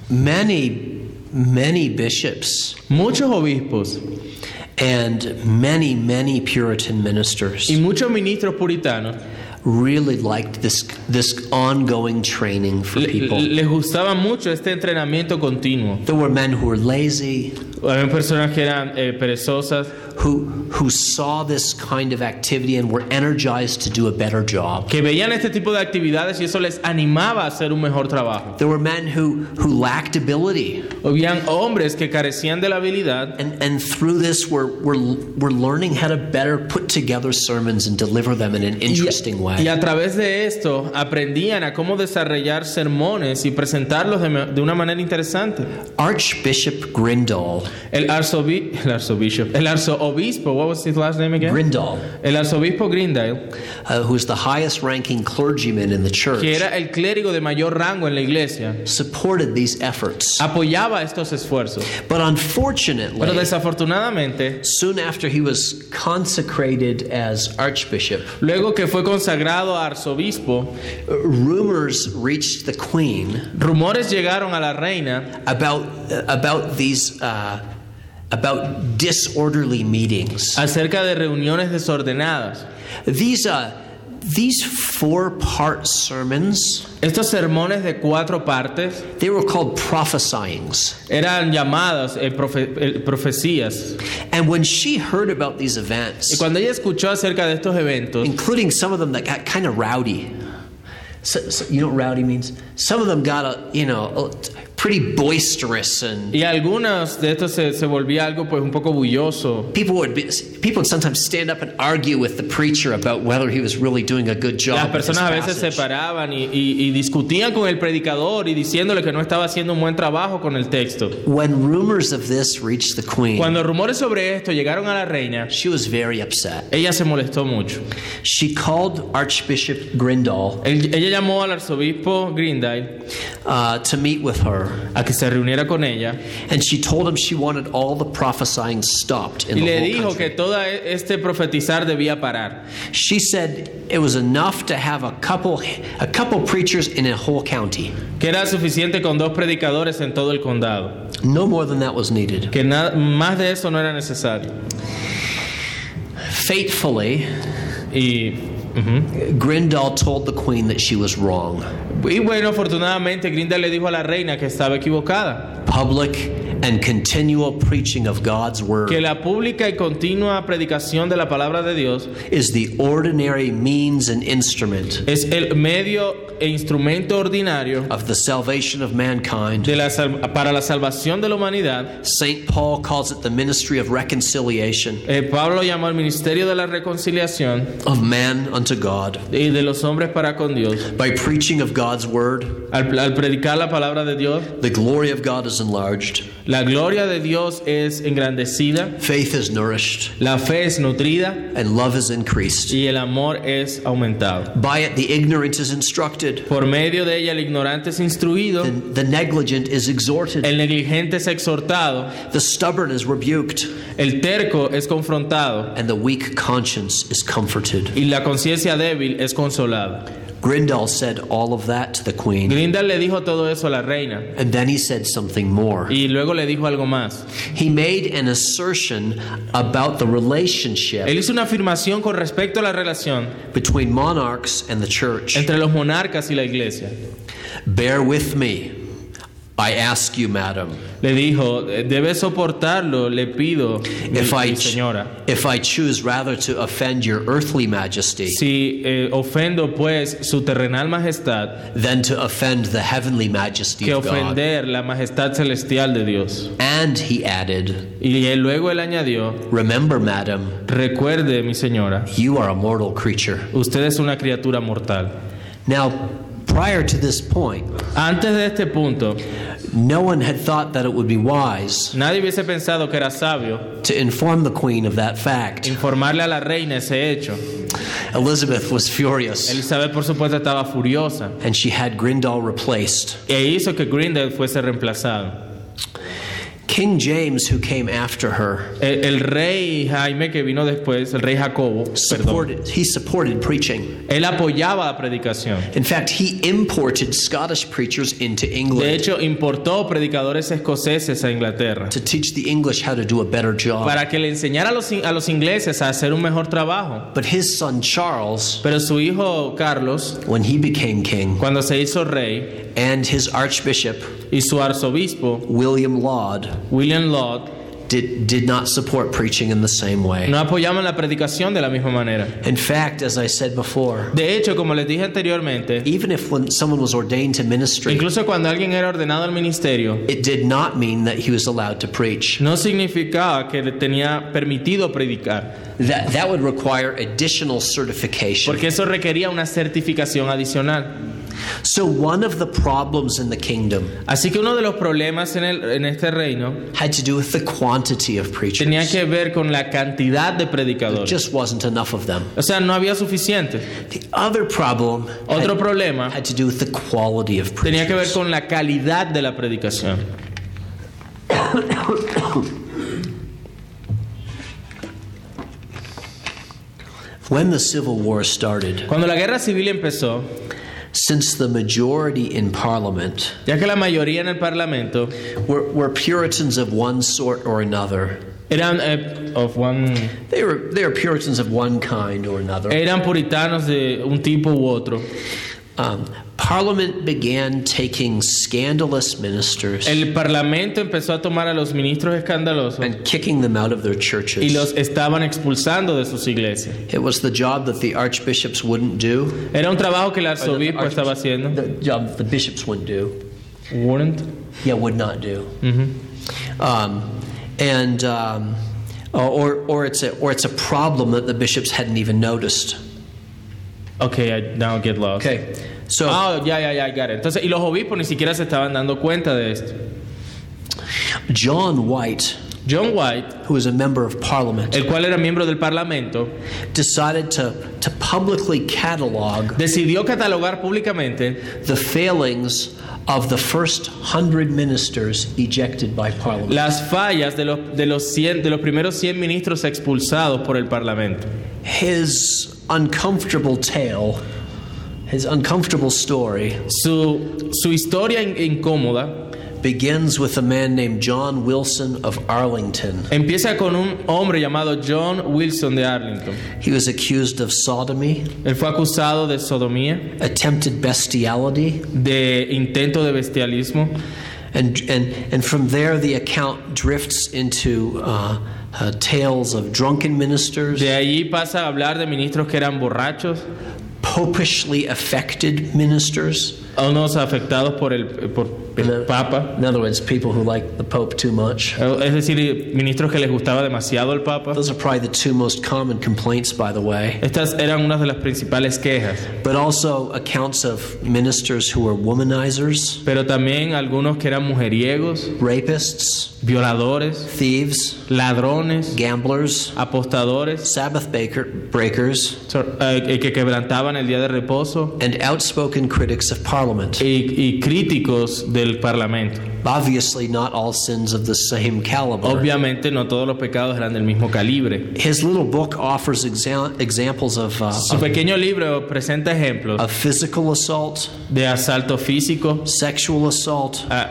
[SPEAKER 1] many, many bishops
[SPEAKER 2] Muchos obispos
[SPEAKER 1] and many, many Puritan ministers
[SPEAKER 2] y muchos ministros puritanos
[SPEAKER 1] really liked this this ongoing training for
[SPEAKER 2] le-
[SPEAKER 1] people.
[SPEAKER 2] les gustaba mucho este entrenamiento continuo.
[SPEAKER 1] There were men who were lazy,
[SPEAKER 2] Habían personas que eran eh, perezosas,
[SPEAKER 1] who who saw this kind of activity and were energized to do a better job.
[SPEAKER 2] que veían este tipo de actividades y eso les animaba a hacer un mejor trabajo.
[SPEAKER 1] There were men who, who lacked ability,
[SPEAKER 2] Habían hombres que carecían de la habilidad
[SPEAKER 1] and, and through this, were, were, were learning how to better put together sermons and deliver them in an interesting
[SPEAKER 2] Y
[SPEAKER 1] way.
[SPEAKER 2] a través de esto aprendían a cómo desarrollar sermones y presentarlos de, ma- de una manera interesante.
[SPEAKER 1] Archbishop Grindal,
[SPEAKER 2] El, arzobi- el arzobispop, el arzobispo, what was his last name again?
[SPEAKER 1] Grindal,
[SPEAKER 2] el arzobispo Grindale,
[SPEAKER 1] uh, who was the highest ranking clergyman in the
[SPEAKER 2] que
[SPEAKER 1] church,
[SPEAKER 2] era el clérigo de mayor rango en la iglesia,
[SPEAKER 1] supported these efforts.
[SPEAKER 2] Ah. apoyaba estos esfuerzos.
[SPEAKER 1] But
[SPEAKER 2] Pero
[SPEAKER 1] unfortunately,
[SPEAKER 2] desafortunadamente,
[SPEAKER 1] soon after he was consecrated as archbishop,
[SPEAKER 2] luego que fue consagrado a arzobispo,
[SPEAKER 1] uh, rumors reached the queen
[SPEAKER 2] rumores llegaron a la reina
[SPEAKER 1] about, uh, about these. Uh, about disorderly meetings.
[SPEAKER 2] acerca de reuniones desordenadas.
[SPEAKER 1] These uh, these four part sermons
[SPEAKER 2] Estos sermones de cuatro partes
[SPEAKER 1] they were called prophesyings.
[SPEAKER 2] Eran llamadas, eh, profe- eh, profecías.
[SPEAKER 1] And when she heard about these
[SPEAKER 2] Y
[SPEAKER 1] events,
[SPEAKER 2] cuando ella escuchó acerca de estos eventos,
[SPEAKER 1] including some of them that got kind of rowdy, So, so- you know what rowdy means? Some of them got a, you know, a- pretty boisterous, and
[SPEAKER 2] Y algunas de estas se, se volvía algo pues un poco bulloso.
[SPEAKER 1] people would be, people would sometimes stand up and argue with the preacher about whether he was really doing a good job.
[SPEAKER 2] Las
[SPEAKER 1] with his
[SPEAKER 2] personas a veces se
[SPEAKER 1] passage.
[SPEAKER 2] paraban y, y- y discutían con el predicador y diciéndole que no estaba haciendo un buen trabajo con el texto.
[SPEAKER 1] When rumors of this reached the queen,
[SPEAKER 2] Cuando rumores sobre esto llegaron a la reina,
[SPEAKER 1] she was very upset.
[SPEAKER 2] ella se molestó mucho.
[SPEAKER 1] She called Archbishop Grindal
[SPEAKER 2] Él- ella llamó al arzobispo Grindal
[SPEAKER 1] uh, to meet with her,
[SPEAKER 2] a que se reuniera con ella
[SPEAKER 1] and she told him she wanted all the prophesying stopped in
[SPEAKER 2] y le
[SPEAKER 1] the whole
[SPEAKER 2] dijo
[SPEAKER 1] country.
[SPEAKER 2] que todo e- este profetizar debía parar.
[SPEAKER 1] She said it was enough to have a couple a couple preachers in a whole county.
[SPEAKER 2] Que era suficiente con dos predicadores en todo el condado.
[SPEAKER 1] No more than that was needed.
[SPEAKER 2] Que na- más de eso no era necesario.
[SPEAKER 1] Fatefully,
[SPEAKER 2] Y, ujú.
[SPEAKER 1] Grindal told the queen that she was wrong.
[SPEAKER 2] Y bueno, afortunadamente Grindal le dijo a la reina que estaba equivocada.
[SPEAKER 1] Public and continual preaching of God's
[SPEAKER 2] Que
[SPEAKER 1] word
[SPEAKER 2] la pública y continua predicación de la palabra de Dios
[SPEAKER 1] is the ordinary means and instrument
[SPEAKER 2] es el medio e instrumento ordinario
[SPEAKER 1] of the salvation of mankind.
[SPEAKER 2] de la sal- para la salvación de la humanidad.
[SPEAKER 1] St. Paul calls it the ministry of reconciliation
[SPEAKER 2] Eh, Pablo llamó al ministerio de la reconciliación
[SPEAKER 1] of man unto God.
[SPEAKER 2] y de los hombres para con Dios.
[SPEAKER 1] By preaching of God's word,
[SPEAKER 2] Al, al predicar la palabra de Dios,
[SPEAKER 1] the glory of God is enlarged,
[SPEAKER 2] la gloria de Dios es engrandecida,
[SPEAKER 1] faith is nourished,
[SPEAKER 2] la fe es nutrida
[SPEAKER 1] and love is increased.
[SPEAKER 2] y el amor es aumentado.
[SPEAKER 1] By it, the ignorant is instructed,
[SPEAKER 2] Por medio de ella el ignorante es instruido,
[SPEAKER 1] the, the negligent is exhorted,
[SPEAKER 2] el negligente es exhortado,
[SPEAKER 1] the stubborn is rebuked,
[SPEAKER 2] el terco es confrontado
[SPEAKER 1] and the weak conscience is comforted.
[SPEAKER 2] y la conciencia débil es consolada.
[SPEAKER 1] Grindal said all of that to the queen,
[SPEAKER 2] Grindal le dijo todo eso a la reina
[SPEAKER 1] and then he said something more.
[SPEAKER 2] y luego le dijo algo más.
[SPEAKER 1] He made an assertion about the relationship
[SPEAKER 2] Él hizo una afirmación con respecto a la relación
[SPEAKER 1] between monarchs and the church.
[SPEAKER 2] entre los monarcas y la iglesia.
[SPEAKER 1] Bear with me, I ask you, madam.
[SPEAKER 2] Le dijo, debes soportarlo, le pido, mi,
[SPEAKER 1] If I,
[SPEAKER 2] mi señora.
[SPEAKER 1] if I choose rather to offend your earthly majesty
[SPEAKER 2] Si eh, ofendo pues su terrenal majestad,
[SPEAKER 1] than to offend the heavenly majesty
[SPEAKER 2] que
[SPEAKER 1] of God.
[SPEAKER 2] ofender la majestad celestial de Dios.
[SPEAKER 1] And he added,
[SPEAKER 2] Y él- luego él añadió,
[SPEAKER 1] Remember, madam,
[SPEAKER 2] recuerde mi señora,
[SPEAKER 1] you are a mortal creature.
[SPEAKER 2] usted es una criatura mortal.
[SPEAKER 1] Now, prior to this point,
[SPEAKER 2] Antes de este punto,
[SPEAKER 1] no one had thought that it would be wise
[SPEAKER 2] nadie hubiese pensado que era sabio
[SPEAKER 1] to inform the queen of that fact.
[SPEAKER 2] informarle a la reina ese hecho.
[SPEAKER 1] Elizabeth was furious,
[SPEAKER 2] Elizabeth por supuesto estaba furiosa
[SPEAKER 1] and she had Grindal replaced.
[SPEAKER 2] e hizo que Grindel fuese reemplazado.
[SPEAKER 1] King James, who came after her,
[SPEAKER 2] El, el rey Jaime que vino después, el rey Jacobo, perdón,
[SPEAKER 1] supported, he supported preaching.
[SPEAKER 2] Él apoyaba la predicación.
[SPEAKER 1] In fact, he imported Scottish preachers into
[SPEAKER 2] De
[SPEAKER 1] England
[SPEAKER 2] hecho, importó predicadores escoceses a Inglaterra
[SPEAKER 1] to teach the English how to do a better job.
[SPEAKER 2] para que le enseñara a los, in- a los ingleses a hacer un mejor trabajo.
[SPEAKER 1] But his son Charles,
[SPEAKER 2] Pero su hijo Carlos,
[SPEAKER 1] when he became king,
[SPEAKER 2] cuando se hizo rey,
[SPEAKER 1] and his archbishop,
[SPEAKER 2] y su arzobispo,
[SPEAKER 1] William Laud,
[SPEAKER 2] William Laud,
[SPEAKER 1] did, did not support preaching in the same way.
[SPEAKER 2] no apoyaban la predicación de la misma manera.
[SPEAKER 1] In fact, as I said before,
[SPEAKER 2] De hecho, como les dije anteriormente,
[SPEAKER 1] even if when someone was ordained to ministry,
[SPEAKER 2] incluso cuando alguien era ordenado al ministerio,
[SPEAKER 1] it did not mean that he was allowed to preach.
[SPEAKER 2] no significaba que le tenía permitido predicar,
[SPEAKER 1] That, that would require additional certification.
[SPEAKER 2] porque eso requería una certificación adicional.
[SPEAKER 1] So, one of the problems in the kingdom
[SPEAKER 2] Así que uno de los problemas en, el- en este reino
[SPEAKER 1] had to do with the quantity of
[SPEAKER 2] tenía
[SPEAKER 1] preachers.
[SPEAKER 2] que ver con la cantidad de predicadores.
[SPEAKER 1] Just wasn't enough of them.
[SPEAKER 2] O sea, no había suficiente.
[SPEAKER 1] The other problem had
[SPEAKER 2] Otro problema
[SPEAKER 1] had to do with the quality of
[SPEAKER 2] tenía que ver
[SPEAKER 1] preachers.
[SPEAKER 2] con la calidad de la predicación.
[SPEAKER 1] When the Civil War started,
[SPEAKER 2] Cuando la guerra civil empezó,
[SPEAKER 1] since the majority in Parliament
[SPEAKER 2] ya que la mayoría en el Parlamento
[SPEAKER 1] were, were Puritans of one sort or another,
[SPEAKER 2] eran, eh, of one-
[SPEAKER 1] they were, they were Puritans of one kind or another,
[SPEAKER 2] eran puritanos de un tipo u otro,
[SPEAKER 1] um, Parliament began taking scandalous ministers
[SPEAKER 2] El parlamento empezó a tomar a los ministros escandalosos
[SPEAKER 1] and kicking them out of their churches.
[SPEAKER 2] y los estaban expulsando de sus iglesias.
[SPEAKER 1] It was the job that the archbishops wouldn't do,
[SPEAKER 2] Era un trabajo que el arzobispo estaba haciendo.
[SPEAKER 1] the job the bishops wouldn't do,
[SPEAKER 2] Warrant.
[SPEAKER 1] yeah, would not do.
[SPEAKER 2] Ujú.
[SPEAKER 1] Um, and um, or, or, it's a, or it's a problem that the bishops hadn't even noticed.
[SPEAKER 2] Ok, I now get lost.
[SPEAKER 1] Okay, so
[SPEAKER 2] Ah, ya, ya, ya, I got it. Entonces, y los obispos ni siquiera se estaban dando cuenta de esto.
[SPEAKER 1] John White,
[SPEAKER 2] John White,
[SPEAKER 1] who was a member of Parliament,
[SPEAKER 2] el cual era miembro del Parlamento,
[SPEAKER 1] decided to, to publicly catalog
[SPEAKER 2] decidió catalogar públicamente
[SPEAKER 1] the failings of the first hundred ministers ejected by Parliament.
[SPEAKER 2] las fallas de los, de los, 100 de los primeros 100 ministros expulsados por el Parlamento.
[SPEAKER 1] His uncomfortable tale, his uncomfortable story,
[SPEAKER 2] Su, su historia in- incómoda
[SPEAKER 1] begins with a man named John Wilson of Arlington.
[SPEAKER 2] empieza con un hombre llamado John Wilson de Arlington.
[SPEAKER 1] He was accused of sodomy,
[SPEAKER 2] Él fue acusado de sodomía,
[SPEAKER 1] attempted bestiality,
[SPEAKER 2] de intento de bestialismo,
[SPEAKER 1] and, and, and from there the account drifts into uh, uh, tales of drunken ministers,
[SPEAKER 2] de allí pasa a hablar de ministros que eran borrachos,
[SPEAKER 1] popishly affected ministers.
[SPEAKER 2] a unos afectados por el, por el Papa,
[SPEAKER 1] In other words, people who like the Pope too much.
[SPEAKER 2] es decir, ministros que les gustaba demasiado el Papa.
[SPEAKER 1] Those are probably the two most common complaints, by the way,
[SPEAKER 2] Estas eran unas de las principales quejas,
[SPEAKER 1] but also accounts of ministers who were womanizers,
[SPEAKER 2] pero también algunos que eran mujeriegos,
[SPEAKER 1] rapists,
[SPEAKER 2] violadores,
[SPEAKER 1] thieves,
[SPEAKER 2] ladrones,
[SPEAKER 1] gamblers,
[SPEAKER 2] apostadores,
[SPEAKER 1] Sabbath baker- breakers,
[SPEAKER 2] sor- eh, que quebrantaban el día de reposo
[SPEAKER 1] and outspoken critics of Parliament.
[SPEAKER 2] y, y críticos del Parlamento.
[SPEAKER 1] Obviously, not all sins of the same caliber.
[SPEAKER 2] Obviamente no todos los pecados eran del mismo calibre.
[SPEAKER 1] His little book offers exa- examples of, uh,
[SPEAKER 2] Su pequeño libro presenta ejemplos
[SPEAKER 1] of physical assault,
[SPEAKER 2] de asalto físico,
[SPEAKER 1] sexual assault,
[SPEAKER 2] a-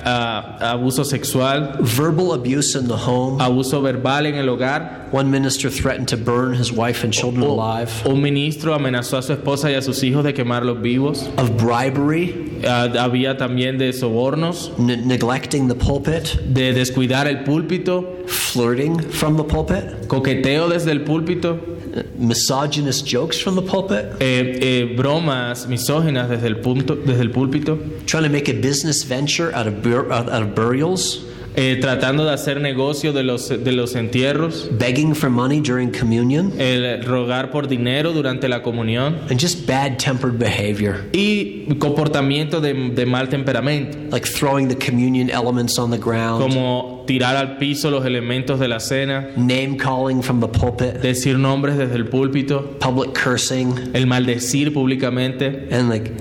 [SPEAKER 2] a- abuso sexual,
[SPEAKER 1] verbal abuse in the home.
[SPEAKER 2] abuso verbal en el hogar.
[SPEAKER 1] One minister threatened to burn his wife and children alive.
[SPEAKER 2] Un ministro amenazó a su esposa y a sus hijos de quemarlos vivos.
[SPEAKER 1] Of bribery,
[SPEAKER 2] Ah, había también de sobornos,
[SPEAKER 1] n- neglecting the pulpit,
[SPEAKER 2] de descuidar el púlpito,
[SPEAKER 1] flirting from the pulpit,
[SPEAKER 2] coqueteo desde el púlpito,
[SPEAKER 1] uh, misogynist jokes from the pulpit,
[SPEAKER 2] eh, eh, bromas misóginas desde el, punto, desde el púlpito,
[SPEAKER 1] trying to make a business venture out of, bur- out out of burials,
[SPEAKER 2] eh, tratando de hacer negocio de los, de los entierros,
[SPEAKER 1] begging for money during communion,
[SPEAKER 2] el rogar por dinero durante la comunión
[SPEAKER 1] and just bad tempered behavior,
[SPEAKER 2] y comportamiento de, de mal temperamento,
[SPEAKER 1] like throwing the communion elements on the ground,
[SPEAKER 2] como tirar al piso los elementos de la cena,
[SPEAKER 1] name calling from the pulpit,
[SPEAKER 2] decir nombres desde el púlpito.
[SPEAKER 1] public cursing,
[SPEAKER 2] el maldecir públicamente,
[SPEAKER 1] and like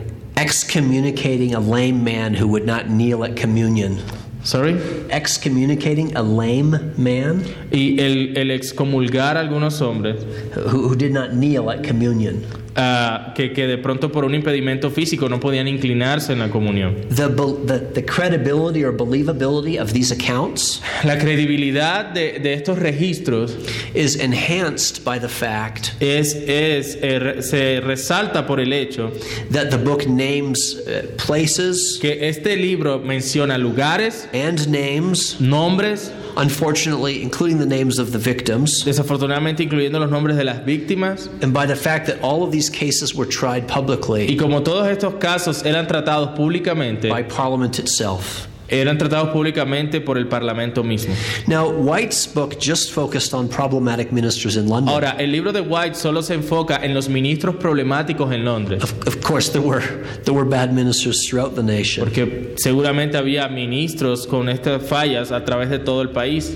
[SPEAKER 1] excommunicating a lame man who would not kneel at communion.
[SPEAKER 2] sorry,
[SPEAKER 1] excommunicating a lame man
[SPEAKER 2] y el, el excomulgar a algunos hombres
[SPEAKER 1] who, who did not kneel at communion.
[SPEAKER 2] ah, que, que de pronto por un impedimento físico no podían inclinarse en la comunión.
[SPEAKER 1] The, bel- the, the credibility or believability of these accounts
[SPEAKER 2] La credibilidad de, de estos registros
[SPEAKER 1] is enhanced by the fact
[SPEAKER 2] es, es, eh, re- se resalta por el hecho
[SPEAKER 1] that the book names uh, places
[SPEAKER 2] que este libro menciona lugares,
[SPEAKER 1] and names,
[SPEAKER 2] nombres,
[SPEAKER 1] unfortunately, including the names of the victims,
[SPEAKER 2] desafortunadamente incluyendo los nombres de las víctimas,
[SPEAKER 1] and by the fact that all of these cases were tried
[SPEAKER 2] y
[SPEAKER 1] publicly
[SPEAKER 2] como todos estos casos eran tratados públicamente,
[SPEAKER 1] by Parliament itself.
[SPEAKER 2] eran tratados públicamente por el Parlamento mismo.
[SPEAKER 1] Now, White's book just focused on problematic ministers in London.
[SPEAKER 2] Ahora, el libro de White solo se enfoca en los ministros problemáticos en Londres,
[SPEAKER 1] Of, of course, there were there were bad ministers throughout the nation,
[SPEAKER 2] porque seguramente había ministros con estas fallas a través de todo el país.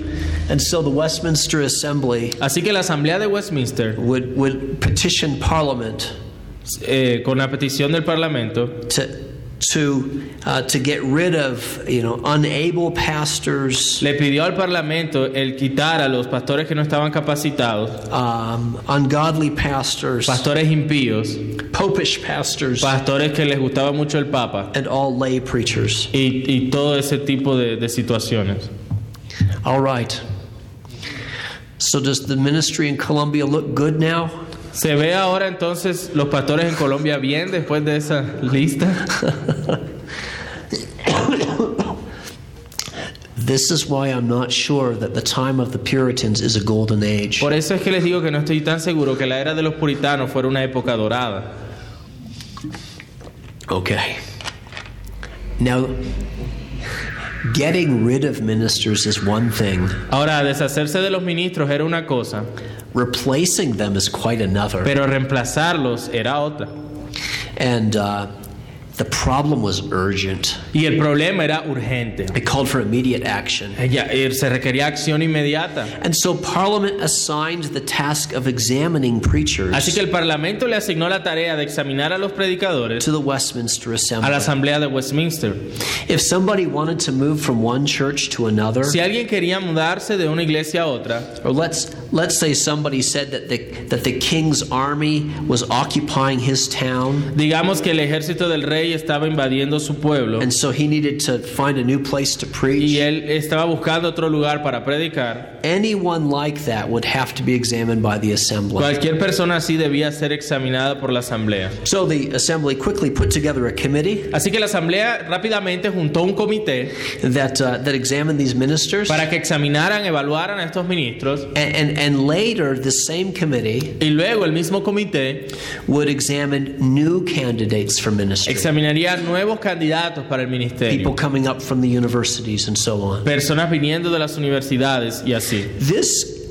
[SPEAKER 1] and so the Westminster Assembly
[SPEAKER 2] Así que la Asamblea de Westminster,
[SPEAKER 1] would would petition Parliament
[SPEAKER 2] eh, con la petición del Parlamento,
[SPEAKER 1] to to uh, to get rid of you know unable pastors,
[SPEAKER 2] le pidió al Parlamento el quitar a los pastores que no estaban capacitados,
[SPEAKER 1] um, ungodly pastors,
[SPEAKER 2] pastores impíos,
[SPEAKER 1] popish pastors,
[SPEAKER 2] pastores que les gustaba mucho el Papa.
[SPEAKER 1] and all lay preachers.
[SPEAKER 2] Y, y todo ese tipo de, de situaciones.
[SPEAKER 1] All right. So does the ministry in Colombia look good now?
[SPEAKER 2] ¿Se ve ahora entonces los pastores en Colombia bien después de esa lista?
[SPEAKER 1] This is why I'm not sure that the time of the Puritans is a golden age.
[SPEAKER 2] Por eso es que les digo que no estoy tan seguro que la era de los puritanos fuera una época dorada.
[SPEAKER 1] Okay. Now, getting rid of ministers is one thing,
[SPEAKER 2] Ahora, deshacerse de los ministros era una cosa,
[SPEAKER 1] replacing them is quite another.
[SPEAKER 2] pero reemplazarlos era otra.
[SPEAKER 1] And uh, the problem was urgent.
[SPEAKER 2] Y el problema era urgente.
[SPEAKER 1] It called for immediate action.
[SPEAKER 2] Ella- eh, se requería acción inmediata.
[SPEAKER 1] And so Parliament assigned the task of examining
[SPEAKER 2] Así
[SPEAKER 1] preachers
[SPEAKER 2] que el Parlamento le asignó la tarea de examinar a los predicadores
[SPEAKER 1] to the Westminster
[SPEAKER 2] a la
[SPEAKER 1] Assembly.
[SPEAKER 2] Asamblea de Westminster.
[SPEAKER 1] If somebody wanted to move from one church to another,
[SPEAKER 2] Si alguien quería mudarse de una iglesia a otra,
[SPEAKER 1] or let's let's say somebody said that the that the king's army was occupying his town,
[SPEAKER 2] digamos que el ejército del rey estaba invadiendo su pueblo
[SPEAKER 1] and so he needed to find a new place to
[SPEAKER 2] y
[SPEAKER 1] preach.
[SPEAKER 2] él estaba buscando otro lugar para predicar,
[SPEAKER 1] Anyone like that would have to be examined by the assembly.
[SPEAKER 2] cualquier persona así debía ser examinada por la Asamblea.
[SPEAKER 1] So the assembly quickly put together a committee
[SPEAKER 2] Así que la Asamblea rápidamente juntó un comité
[SPEAKER 1] that uh, that examined these ministers, and,
[SPEAKER 2] para que examinaran, evaluaran a estos ministros.
[SPEAKER 1] and and later this same committee
[SPEAKER 2] Y luego el mismo comité
[SPEAKER 1] would examine new candidates for ministry,
[SPEAKER 2] examinaría nuevos candidatos para el ministerio.
[SPEAKER 1] people coming up from the universities and so on.
[SPEAKER 2] Personas viniendo de las universidades y así.
[SPEAKER 1] This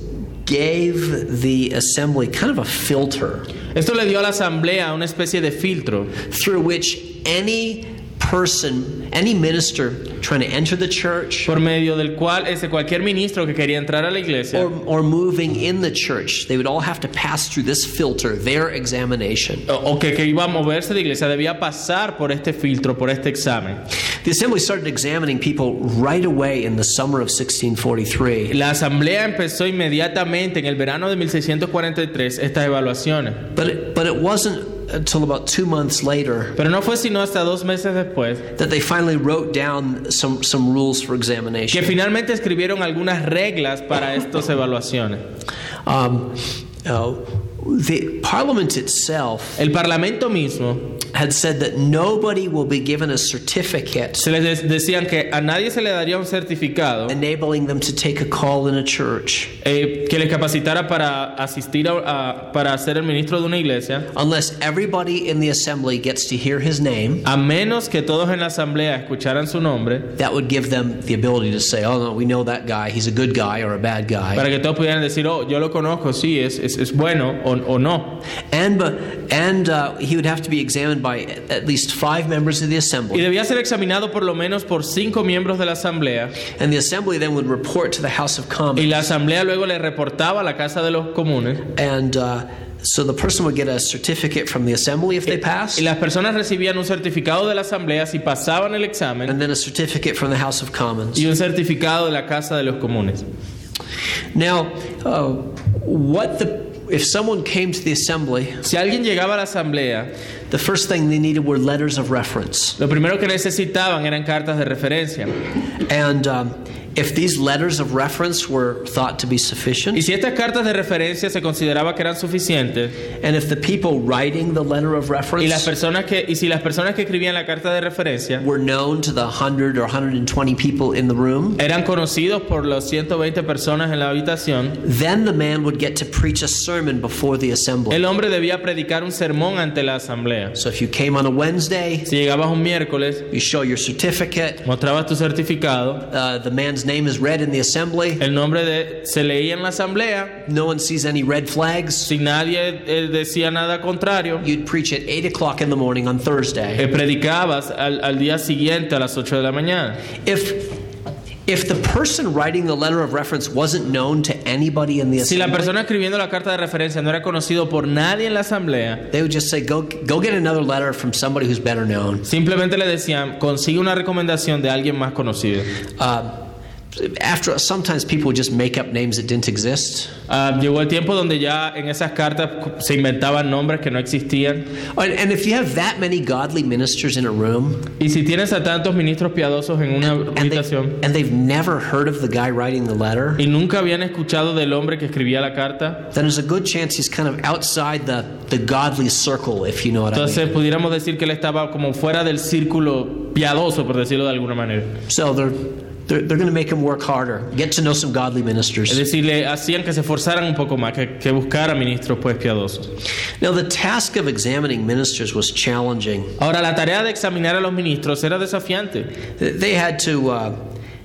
[SPEAKER 1] gave the assembly kind of a filter
[SPEAKER 2] Esto le dio a la asamblea una especie de filtro
[SPEAKER 1] through which any person, any minister trying to enter the church
[SPEAKER 2] por medio del cual ese cualquier ministro que quería entrar a la iglesia
[SPEAKER 1] or, or moving in the church, they would all have to pass through this filter, their examination.
[SPEAKER 2] o- o que, que iba a moverse de iglesia debía pasar por este filtro, por este examen.
[SPEAKER 1] The assembly started examining people right away in the summer of 1643,
[SPEAKER 2] La asamblea empezó inmediatamente en el verano de 1643 estas evaluaciones,
[SPEAKER 1] but it, but it wasn't until about two months later
[SPEAKER 2] pero no fue sino hasta dos meses después
[SPEAKER 1] that they finally wrote down some, some rules for examination.
[SPEAKER 2] que finalmente escribieron algunas reglas para estas evaluaciones.
[SPEAKER 1] Um, uh, the Parliament itself
[SPEAKER 2] El Parlamento mismo
[SPEAKER 1] had said that nobody will be given a certificate
[SPEAKER 2] se les de- decían que a nadie se le daría un certificado
[SPEAKER 1] enabling them to take a call in a church
[SPEAKER 2] eh, que les capacitara para asistir a, a- para ser el ministro de una iglesia,
[SPEAKER 1] unless everybody in the assembly gets to hear his name.
[SPEAKER 2] a menos que todos en la asamblea escucharan su nombre,
[SPEAKER 1] That would give them the ability to say, oh, no, we know that guy. He's a good guy or a bad guy.
[SPEAKER 2] para que todos pudieran decir, oh, yo lo conozco, sí, es, es, es bueno o, o no.
[SPEAKER 1] And, bu- and uh, he would have to be examined by at least five members of the
[SPEAKER 2] Y
[SPEAKER 1] assembly.
[SPEAKER 2] debía ser examinado por lo menos por cinco miembros de la asamblea,
[SPEAKER 1] And the assembly then would report to the House of
[SPEAKER 2] y
[SPEAKER 1] Commons.
[SPEAKER 2] la asamblea luego le reportaba a la Casa de los Comunes.
[SPEAKER 1] And uh, so the person would get a certificate from the assembly if they passed.
[SPEAKER 2] Y las personas recibían un certificado de la asamblea si pasaban el examen
[SPEAKER 1] and then a certificate from the House of Commons.
[SPEAKER 2] y un certificado de la Casa de los Comunes.
[SPEAKER 1] Now, uh, what the if someone came to the assembly,
[SPEAKER 2] Si alguien llegaba a la asamblea,
[SPEAKER 1] the first thing they needed were letters of reference,
[SPEAKER 2] lo primero que necesitaban eran cartas de referencia.
[SPEAKER 1] and um, if these letters of reference were thought to be
[SPEAKER 2] Y
[SPEAKER 1] sufficient,
[SPEAKER 2] si estas cartas de referencia se consideraba que eran suficientes,
[SPEAKER 1] and if the people writing the letter of
[SPEAKER 2] y
[SPEAKER 1] reference
[SPEAKER 2] las personas que y si las personas que escribían la carta de referencia
[SPEAKER 1] were known to the 100 or 120 people in the room,
[SPEAKER 2] eran conocidos por los 120 personas en la habitación,
[SPEAKER 1] then the man would get to preach a sermon before the assembly.
[SPEAKER 2] el hombre debía predicar un sermón ante la asamblea.
[SPEAKER 1] So if you came on a Wednesday,
[SPEAKER 2] Si llegabas un miércoles,
[SPEAKER 1] you show your certificate.
[SPEAKER 2] mostrabas tu certificado,
[SPEAKER 1] Uh, the man's name is read in the assembly.
[SPEAKER 2] el nombre de se leía en la asamblea,
[SPEAKER 1] no one sees any red flags,
[SPEAKER 2] si nadie eh, decía nada contrario,
[SPEAKER 1] you'd preach at 8 o'clock in the morning on Thursday.
[SPEAKER 2] eh, predicabas al, al día siguiente a las 8 de la mañana.
[SPEAKER 1] If, if the person writing the letter of reference wasn't known to anybody in the
[SPEAKER 2] Si la
[SPEAKER 1] assembly,
[SPEAKER 2] persona escribiendo la carta de referencia no era conocido por nadie en la asamblea,
[SPEAKER 1] they would just say, go, go get another letter from somebody who's better known.
[SPEAKER 2] Simplemente le decían, consigue una recomendación de alguien más conocido.
[SPEAKER 1] Uh, after sometimes people would just make up names that didn't exist.
[SPEAKER 2] Ah, llegó el tiempo donde ya en esas cartas se inventaban nombres que no existían.
[SPEAKER 1] And, and if you have that many godly ministers in a room
[SPEAKER 2] Y si tienes a tantos ministros piadosos en una
[SPEAKER 1] and, they,
[SPEAKER 2] habitación
[SPEAKER 1] and they've never heard of the guy writing the letter,
[SPEAKER 2] y nunca habían escuchado del hombre que escribía la carta,
[SPEAKER 1] then there's a good chance he's kind of outside the, the godly circle, if you know what I mean.
[SPEAKER 2] entonces pudiéramos decir que él estaba como fuera del círculo piadoso, por decirlo de alguna manera.
[SPEAKER 1] So there, They're, they're going to make him work harder, get to know some godly
[SPEAKER 2] Es
[SPEAKER 1] ministers.
[SPEAKER 2] decir, le hacían que se esforzaran un poco más, que, que buscara ministros pues piadosos.
[SPEAKER 1] Now, the task of examining ministers was challenging.
[SPEAKER 2] Ahora, la tarea de examinar a los ministros era desafiante.
[SPEAKER 1] They had to. Uh,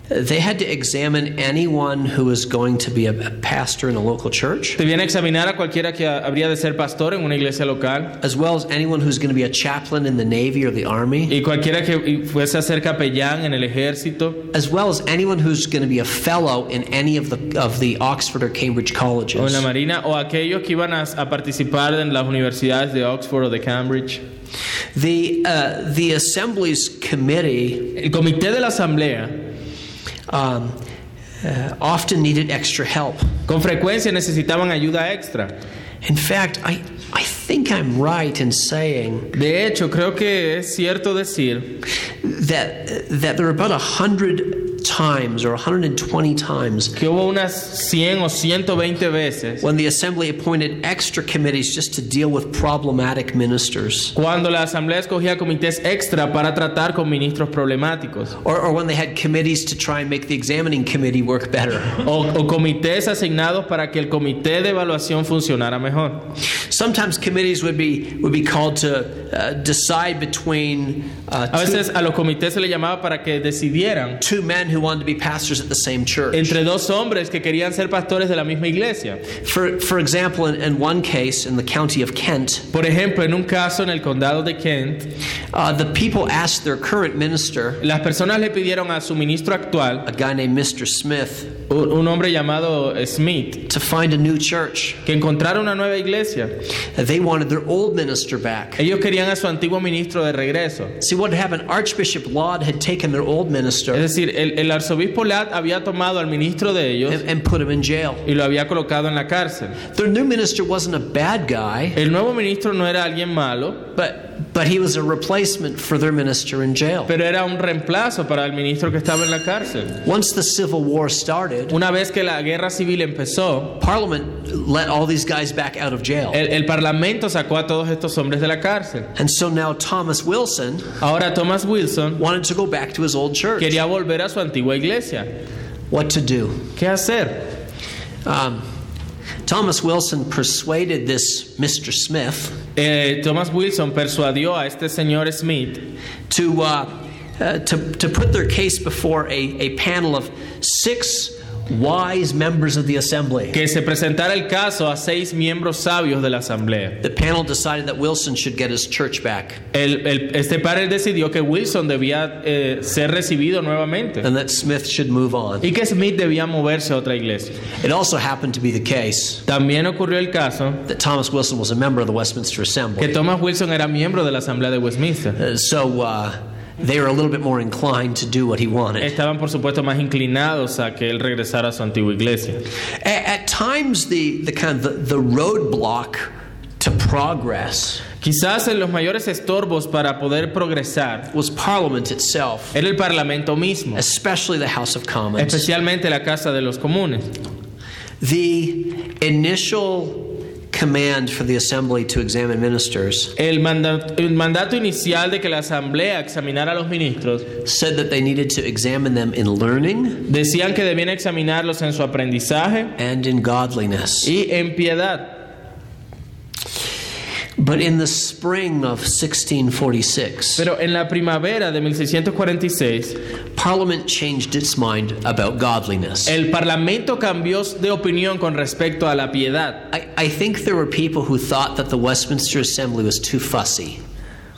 [SPEAKER 1] they had to examine anyone who was going to be a a pastor in a local church,
[SPEAKER 2] Debían examinar a cualquiera que ha- habría de ser pastor en una iglesia local
[SPEAKER 1] as well as anyone who's going to be a chaplain in the Navy or the Army,
[SPEAKER 2] y cualquiera que y fuese a ser capellán en el ejército
[SPEAKER 1] as well as anyone who's going to be a fellow in any of the of the Oxford or Cambridge
[SPEAKER 2] o en la
[SPEAKER 1] colleges.
[SPEAKER 2] marina o aquellos que iban a, a participar en las universidades de Oxford o de Cambridge.
[SPEAKER 1] The uh, the Assembly's committee
[SPEAKER 2] El comité de la asamblea
[SPEAKER 1] um, uh, often needed extra help.
[SPEAKER 2] con frecuencia necesitaban ayuda extra.
[SPEAKER 1] In fact, I I think I'm right in saying
[SPEAKER 2] De hecho, creo que es cierto decir
[SPEAKER 1] that that there were about hundred times or 120 times
[SPEAKER 2] que hubo unas 100 o 120 veces
[SPEAKER 1] when the Assembly appointed extra committees just to deal with problematic ministers,
[SPEAKER 2] cuando la asamblea escogía comités extra para tratar con ministros problemáticos
[SPEAKER 1] or, or when they had committees to try and make the examining committee work better.
[SPEAKER 2] o, o comités asignados para que el comité de evaluación funcionara mejor.
[SPEAKER 1] Sometimes committees would be would be called to uh, decide between
[SPEAKER 2] A
[SPEAKER 1] uh, two,
[SPEAKER 2] veces a los comités se les llamaba para que decidieran
[SPEAKER 1] two men who wanted to be pastors at the same church.
[SPEAKER 2] entre dos hombres que querían ser pastores de la misma iglesia.
[SPEAKER 1] For, for example, in, in one case in the county of Kent,
[SPEAKER 2] Por ejemplo, en un caso en el condado de Kent,
[SPEAKER 1] uh, the people asked their current minister,
[SPEAKER 2] las personas le pidieron a su ministro actual,
[SPEAKER 1] a guy named Mr. Smith,
[SPEAKER 2] u- un hombre llamado Smith,
[SPEAKER 1] to find a new church.
[SPEAKER 2] que encontrara una nueva iglesia.
[SPEAKER 1] They wanted their old minister back.
[SPEAKER 2] Ellos querían a su antiguo ministro de regreso.
[SPEAKER 1] See what had happened? Archbishop Laud had taken their old
[SPEAKER 2] Es
[SPEAKER 1] minister
[SPEAKER 2] decir, el, el arzobispo Ladd había tomado al ministro de ellos
[SPEAKER 1] and, and put him in jail.
[SPEAKER 2] y lo había colocado en la cárcel.
[SPEAKER 1] Their new minister wasn't a bad guy,
[SPEAKER 2] El nuevo ministro no era alguien malo,
[SPEAKER 1] but, but he was a replacement for their minister in jail.
[SPEAKER 2] pero era un reemplazo para el ministro que estaba en la cárcel.
[SPEAKER 1] Once the Civil War started,
[SPEAKER 2] Una vez que la guerra civil empezó,
[SPEAKER 1] Parliament let all these guys back out of jail.
[SPEAKER 2] el, el parlamento sacó a todos estos hombres de la cárcel.
[SPEAKER 1] And so now Thomas Wilson
[SPEAKER 2] Ahora Thomas Wilson
[SPEAKER 1] wanted to go back to his old church.
[SPEAKER 2] quería volver a su antigua iglesia.
[SPEAKER 1] what to do.
[SPEAKER 2] ¿Qué hacer?
[SPEAKER 1] Um, Thomas Wilson persuaded this Mr. Smith
[SPEAKER 2] Eh, Thomas Wilson persuadió a este señor Smith
[SPEAKER 1] to, uh, uh, to, to put their case before a, a panel of six wise members of the assembly.
[SPEAKER 2] que se presentara el caso a seis miembros sabios de la asamblea.
[SPEAKER 1] The panel decided that Wilson should get his church back
[SPEAKER 2] El- el- este panel decidió que Wilson debía eh, ser recibido nuevamente
[SPEAKER 1] and that Smith should move on.
[SPEAKER 2] y que Smith debía moverse a otra iglesia.
[SPEAKER 1] It also happened to be the case
[SPEAKER 2] También ocurrió el caso
[SPEAKER 1] that Thomas Wilson was a member of the Westminster
[SPEAKER 2] que
[SPEAKER 1] Assembly.
[SPEAKER 2] Thomas Wilson era miembro de la asamblea de Westminster.
[SPEAKER 1] Uh, so uh, they were a little bit more inclined to do what he wanted.
[SPEAKER 2] Estaban por supuesto más inclinados a que él regresara a su antigua iglesia.
[SPEAKER 1] A- At times, the, the kind of the, the roadblock to progress
[SPEAKER 2] Quizás en los mayores estorbos para poder progresar
[SPEAKER 1] was Parliament itself,
[SPEAKER 2] era el Parlamento mismo,
[SPEAKER 1] especially the House of Commons.
[SPEAKER 2] especialmente la Casa de los Comunes.
[SPEAKER 1] The initial command for the Assembly to examine ministers
[SPEAKER 2] El, manda- el mandato inicial de que la Asamblea examinara a los ministros
[SPEAKER 1] said that they needed to examine them in learning
[SPEAKER 2] decían que debían examinarlos en su aprendizaje
[SPEAKER 1] and in godliness.
[SPEAKER 2] y en piedad.
[SPEAKER 1] But in the spring of 1646,
[SPEAKER 2] Pero en la primavera de 1646,
[SPEAKER 1] Parliament changed its mind about godliness.
[SPEAKER 2] el Parlamento cambió de opinión con respecto a la piedad.
[SPEAKER 1] I, I think there were people who thought that the Westminster Assembly was too fussy.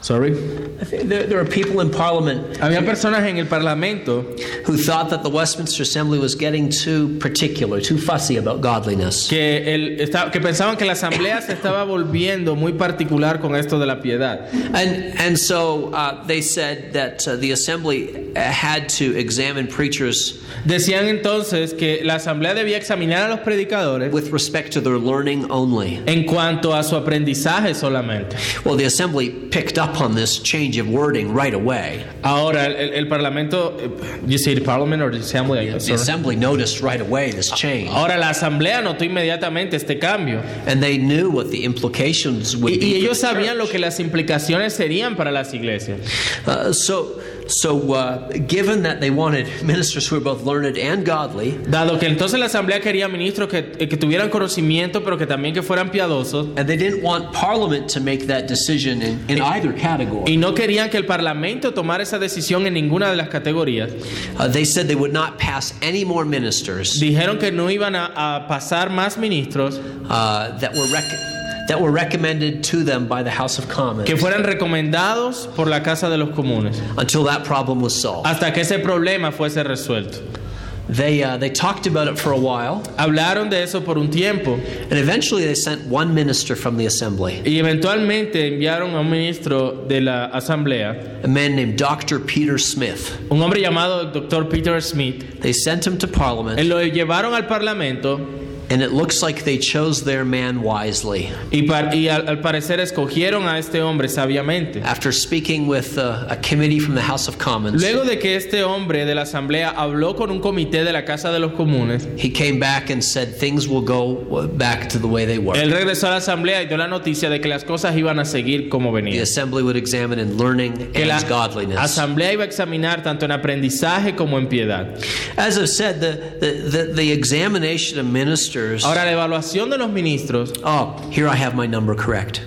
[SPEAKER 2] Sorry.
[SPEAKER 1] There, there are people in Parliament
[SPEAKER 2] Había personas en el Parlamento
[SPEAKER 1] who thought that the Westminster Assembly was getting too particular, too fussy about godliness.
[SPEAKER 2] que, el- esta- que pensaban que la Asamblea se estaba volviendo muy particular con esto de la piedad.
[SPEAKER 1] And, and so uh, they said that uh, the Assembly uh, had to examine preachers
[SPEAKER 2] Decían entonces que la Asamblea debía examinar a los predicadores
[SPEAKER 1] with respect to their learning only.
[SPEAKER 2] en cuanto a su aprendizaje solamente.
[SPEAKER 1] Well, the Assembly picked up on this change of wording right away.
[SPEAKER 2] Ahora, el, el- el Parlamento, eh, you say the Parliament or the Assembly, I guess,
[SPEAKER 1] The
[SPEAKER 2] sorry.
[SPEAKER 1] Assembly noticed right away
[SPEAKER 2] Uh,
[SPEAKER 1] this change,
[SPEAKER 2] Ahora la asamblea notó inmediatamente este cambio
[SPEAKER 1] and they knew what the implications would
[SPEAKER 2] uh. y, y
[SPEAKER 1] be.
[SPEAKER 2] ellos sabían lo que las implicaciones serían para las iglesias.
[SPEAKER 1] Uh, so, So, uh, given that they wanted ministers who were both learned and godly,
[SPEAKER 2] Dado que entonces la asamblea quería ministros que, eh, que tuvieran conocimiento, pero que también que fueran piadosos,
[SPEAKER 1] and they didn't want Parliament to make that decision in, in either category,
[SPEAKER 2] y no querían que el Parlamento tomara esa decisión en ninguna de las categorías,
[SPEAKER 1] uh, they said they would not pass any more ministers
[SPEAKER 2] dijeron que no iban a, a pasar más ministros
[SPEAKER 1] uh, that were rec- that were recommended to them by the House of Commons
[SPEAKER 2] que fueran recomendados por la Casa de los Comunes,
[SPEAKER 1] until that problem was solved.
[SPEAKER 2] hasta que ese problema fuese resuelto.
[SPEAKER 1] They uh, they talked about it for a while,
[SPEAKER 2] Hablaron de eso por un tiempo
[SPEAKER 1] and eventually they sent one minister from the assembly,
[SPEAKER 2] y eventualmente enviaron a un ministro de la asamblea,
[SPEAKER 1] a man named Dr. Peter Smith.
[SPEAKER 2] un hombre llamado el doctor Peter Smith,
[SPEAKER 1] They sent him to Parliament,
[SPEAKER 2] Él lo llevaron al Parlamento
[SPEAKER 1] and it looks like they chose their man wisely.
[SPEAKER 2] y, par- y al, al parecer escogieron a este hombre sabiamente.
[SPEAKER 1] After speaking with uh, a committee from the House of Commons,
[SPEAKER 2] Luego de que este hombre de la Asamblea habló con un comité de la Casa de los Comunes,
[SPEAKER 1] he came back and said things will go uh, back to the way they were.
[SPEAKER 2] él regresó a la Asamblea y dio la noticia de que las cosas iban a seguir como
[SPEAKER 1] the
[SPEAKER 2] venían.
[SPEAKER 1] assembly would examine in learning
[SPEAKER 2] Que la
[SPEAKER 1] and godliness.
[SPEAKER 2] Asamblea iba a examinar tanto en aprendizaje como en piedad.
[SPEAKER 1] As I've said, the, the, the, the examination of ministers.
[SPEAKER 2] Ahora, la evaluación de los ministros,
[SPEAKER 1] Oh, here I have my number correct.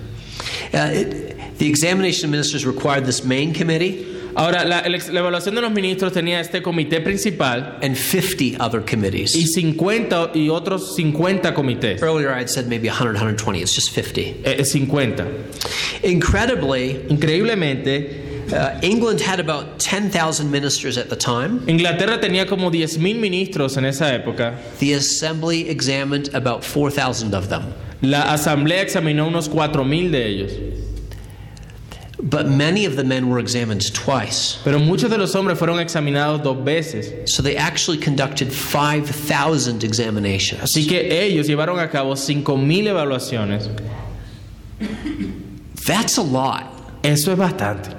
[SPEAKER 1] Uh, it, the examination of ministers required this main committee
[SPEAKER 2] ahora la, el ex- la evaluación de los ministros tenía este comité principal
[SPEAKER 1] and 50 other
[SPEAKER 2] y
[SPEAKER 1] committees.
[SPEAKER 2] 50 y otros 50 comités.
[SPEAKER 1] Earlier I had said maybe 100, 120. It's just 50.
[SPEAKER 2] Eh, 50.
[SPEAKER 1] Incredibly,
[SPEAKER 2] Increíblemente,
[SPEAKER 1] uh, England had about 10,000 ministers at the time.
[SPEAKER 2] Inglaterra tenía como 10.000 ministros en esa época.
[SPEAKER 1] The assembly examined about 4,000 of them.
[SPEAKER 2] La asamblea examinó unos 4.000 de ellos.
[SPEAKER 1] But many of the men were examined twice.
[SPEAKER 2] Pero muchos de los hombres fueron examinados dos veces.
[SPEAKER 1] So they actually conducted 5,000 examinations.
[SPEAKER 2] Así que ellos llevaron a cabo 5.000 evaluaciones.
[SPEAKER 1] That's a lot.
[SPEAKER 2] Eso es bastante.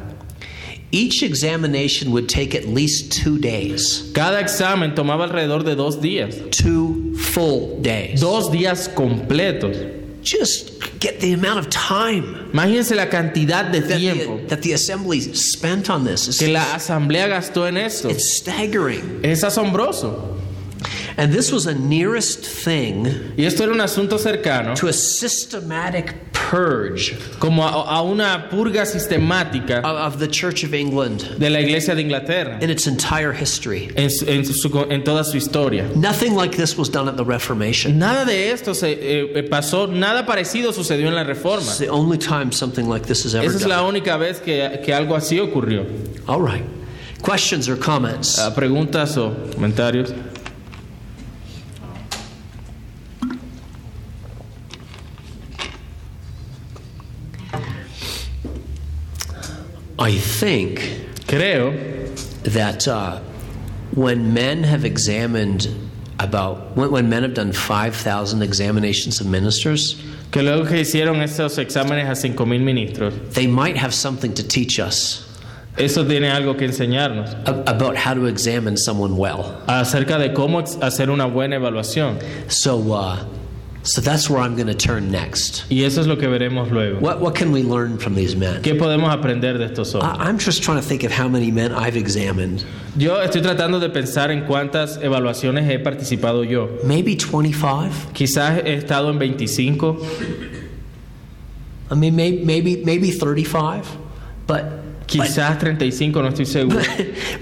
[SPEAKER 1] Each examination would take at least two days,
[SPEAKER 2] Cada examen tomaba alrededor de dos días.
[SPEAKER 1] two full days.
[SPEAKER 2] Dos días completos.
[SPEAKER 1] Just get the amount of time
[SPEAKER 2] Imagínense la cantidad de
[SPEAKER 1] that
[SPEAKER 2] tiempo
[SPEAKER 1] the, that the assembly spent on this. It's,
[SPEAKER 2] que la asamblea gastó en eso.
[SPEAKER 1] it's staggering.
[SPEAKER 2] Es asombroso.
[SPEAKER 1] And this was a nearest thing
[SPEAKER 2] Y esto era un asunto cercano,
[SPEAKER 1] to a systematic purge
[SPEAKER 2] como a, a una purga sistemática
[SPEAKER 1] of, of the Church of England
[SPEAKER 2] de la Iglesia de Inglaterra
[SPEAKER 1] in its entire history.
[SPEAKER 2] en, su- en su- en toda su historia.
[SPEAKER 1] Nothing like this was done at the Reformation.
[SPEAKER 2] Nada de esto se eh, eh, pasó, nada parecido sucedió en la Reforma.
[SPEAKER 1] It's the only time something like this is ever
[SPEAKER 2] Esa es la
[SPEAKER 1] done.
[SPEAKER 2] única vez que, que algo así ocurrió.
[SPEAKER 1] All right. Questions or comments?
[SPEAKER 2] Ah, preguntas o comentarios.
[SPEAKER 1] I think
[SPEAKER 2] Creo
[SPEAKER 1] that uh, when men have examined about when, when men have done 5,000 examinations of ministers,
[SPEAKER 2] que luego que hicieron esos exámenes a 5.000 ministros,
[SPEAKER 1] they might have something to teach us
[SPEAKER 2] eso tiene algo que enseñarnos
[SPEAKER 1] a- about how to examine someone well.
[SPEAKER 2] acerca de cómo ex- hacer una buena evaluación.
[SPEAKER 1] So, uh, so that's where I'm going to turn next.
[SPEAKER 2] Y eso es lo que veremos luego.
[SPEAKER 1] What what can we learn from these men?
[SPEAKER 2] ¿Qué podemos aprender de estos hombres?
[SPEAKER 1] I, I'm just trying to think of how many men I've examined.
[SPEAKER 2] Yo estoy tratando de pensar en cuántas evaluaciones he participado yo.
[SPEAKER 1] Maybe 25.
[SPEAKER 2] Quizás he estado en 25,
[SPEAKER 1] I mean, maybe maybe maybe 35. But but,
[SPEAKER 2] quizás 35, no estoy seguro.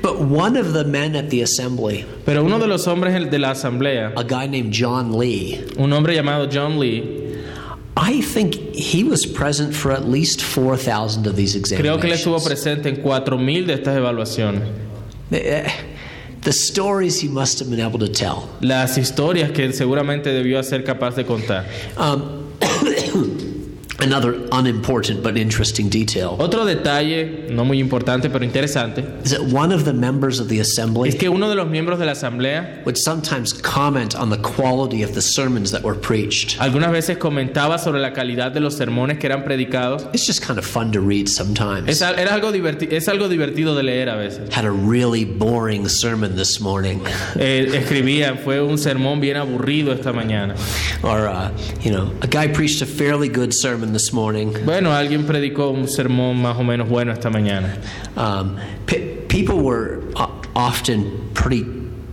[SPEAKER 1] but one of the men at the assembly,
[SPEAKER 2] Pero uno de los hombres el de la asamblea,
[SPEAKER 1] a guy named John Lee,
[SPEAKER 2] un hombre llamado John Lee,
[SPEAKER 1] I think he was present for at least 4,000 of these
[SPEAKER 2] creo que él
[SPEAKER 1] examinations.
[SPEAKER 2] estuvo presente en 4.000 de estas evaluaciones.
[SPEAKER 1] Eh, The stories he must have been able to tell.
[SPEAKER 2] Las historias que él seguramente debió ser capaz de contar.
[SPEAKER 1] Um, another unimportant but interesting detail
[SPEAKER 2] Otro detalle, no muy importante, pero interesante,
[SPEAKER 1] is that one of the members of the
[SPEAKER 2] es
[SPEAKER 1] assembly
[SPEAKER 2] que uno de los miembros de la asamblea
[SPEAKER 1] would sometimes comment on the quality of the sermons that were preached.
[SPEAKER 2] algunas veces comentaba sobre la calidad de los sermones que eran predicados.
[SPEAKER 1] It's just kind of fun to read sometimes.
[SPEAKER 2] Es, al- era algo diverti- es algo divertido de leer a veces.
[SPEAKER 1] Had a really boring sermon this morning,
[SPEAKER 2] Eh, escribía, fue un sermón bien aburrido esta mañana.
[SPEAKER 1] or uh, you know, a guy preached a fairly good sermon this morning.
[SPEAKER 2] Bueno, alguien predicó un sermón más o menos bueno esta mañana.
[SPEAKER 1] Um, pe- people were o- often pretty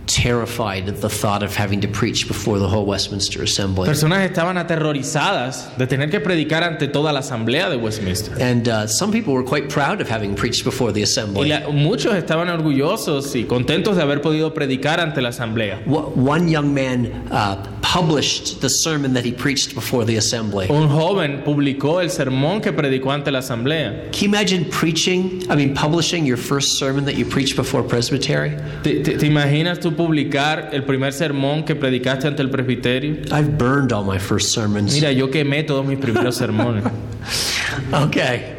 [SPEAKER 1] terrified at the thought of having to preach before the whole Westminster Assembly.
[SPEAKER 2] Personas estaban aterrorizadas de tener que predicar ante toda la asamblea de Westminster.
[SPEAKER 1] And uh, some people were quite proud of having preached before the
[SPEAKER 2] Y
[SPEAKER 1] assembly.
[SPEAKER 2] la- muchos estaban orgullosos y contentos de haber podido predicar ante la asamblea.
[SPEAKER 1] Wh- One young man uh, published the sermon that he preached before the assembly.
[SPEAKER 2] Un joven publicó el sermón que predicó ante la asamblea.
[SPEAKER 1] Can you imagine preaching, I mean, publishing your first sermon that you preached before Presbytery?
[SPEAKER 2] ¿Te, te- te imaginas tú publicar el primer sermón que predicaste ante el presbiterio?
[SPEAKER 1] I've burned all my first sermons.
[SPEAKER 2] Mira, yo quemé todos mis primeros sermones.
[SPEAKER 1] Okay.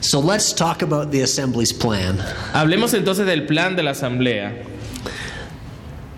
[SPEAKER 1] So let's talk about the assembly's plan.
[SPEAKER 2] Hablemos entonces del plan de la asamblea.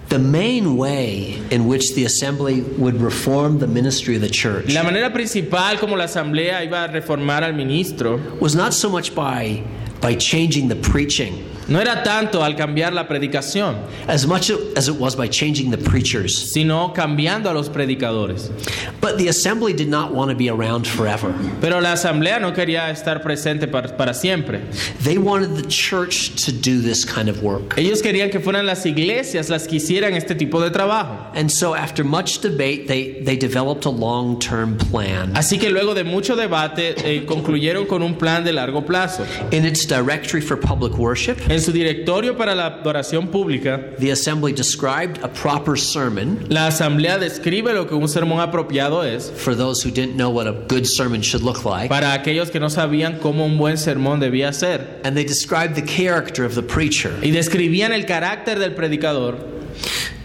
[SPEAKER 1] The main way in which the assembly would reform the ministry of the church
[SPEAKER 2] La manera principal como la asamblea iba a reformar al ministro
[SPEAKER 1] was not so much by by changing the preaching
[SPEAKER 2] no era tanto al cambiar la predicación,
[SPEAKER 1] as much as it was by changing the preachers.
[SPEAKER 2] sino cambiando a los predicadores.
[SPEAKER 1] But the assembly did not want to be around forever.
[SPEAKER 2] Pero la asamblea no quería estar presente para, para siempre.
[SPEAKER 1] They wanted the church to do this kind of work.
[SPEAKER 2] Ellos querían que fueran las iglesias las que hicieran este tipo de trabajo.
[SPEAKER 1] And so after much debate, they, they developed a long-term plan.
[SPEAKER 2] Así que luego de mucho debate eh, concluyeron con un plan de largo plazo.
[SPEAKER 1] In its directory for public worship,
[SPEAKER 2] En su directorio para la adoración pública,
[SPEAKER 1] the assembly described a proper sermon
[SPEAKER 2] la asamblea describe lo que un sermón apropiado es
[SPEAKER 1] for those who didn't know what a good sermon should look like.
[SPEAKER 2] para aquellos que no sabían cómo un buen sermón debía ser.
[SPEAKER 1] And they described the character of the preacher.
[SPEAKER 2] y describían el carácter del predicador.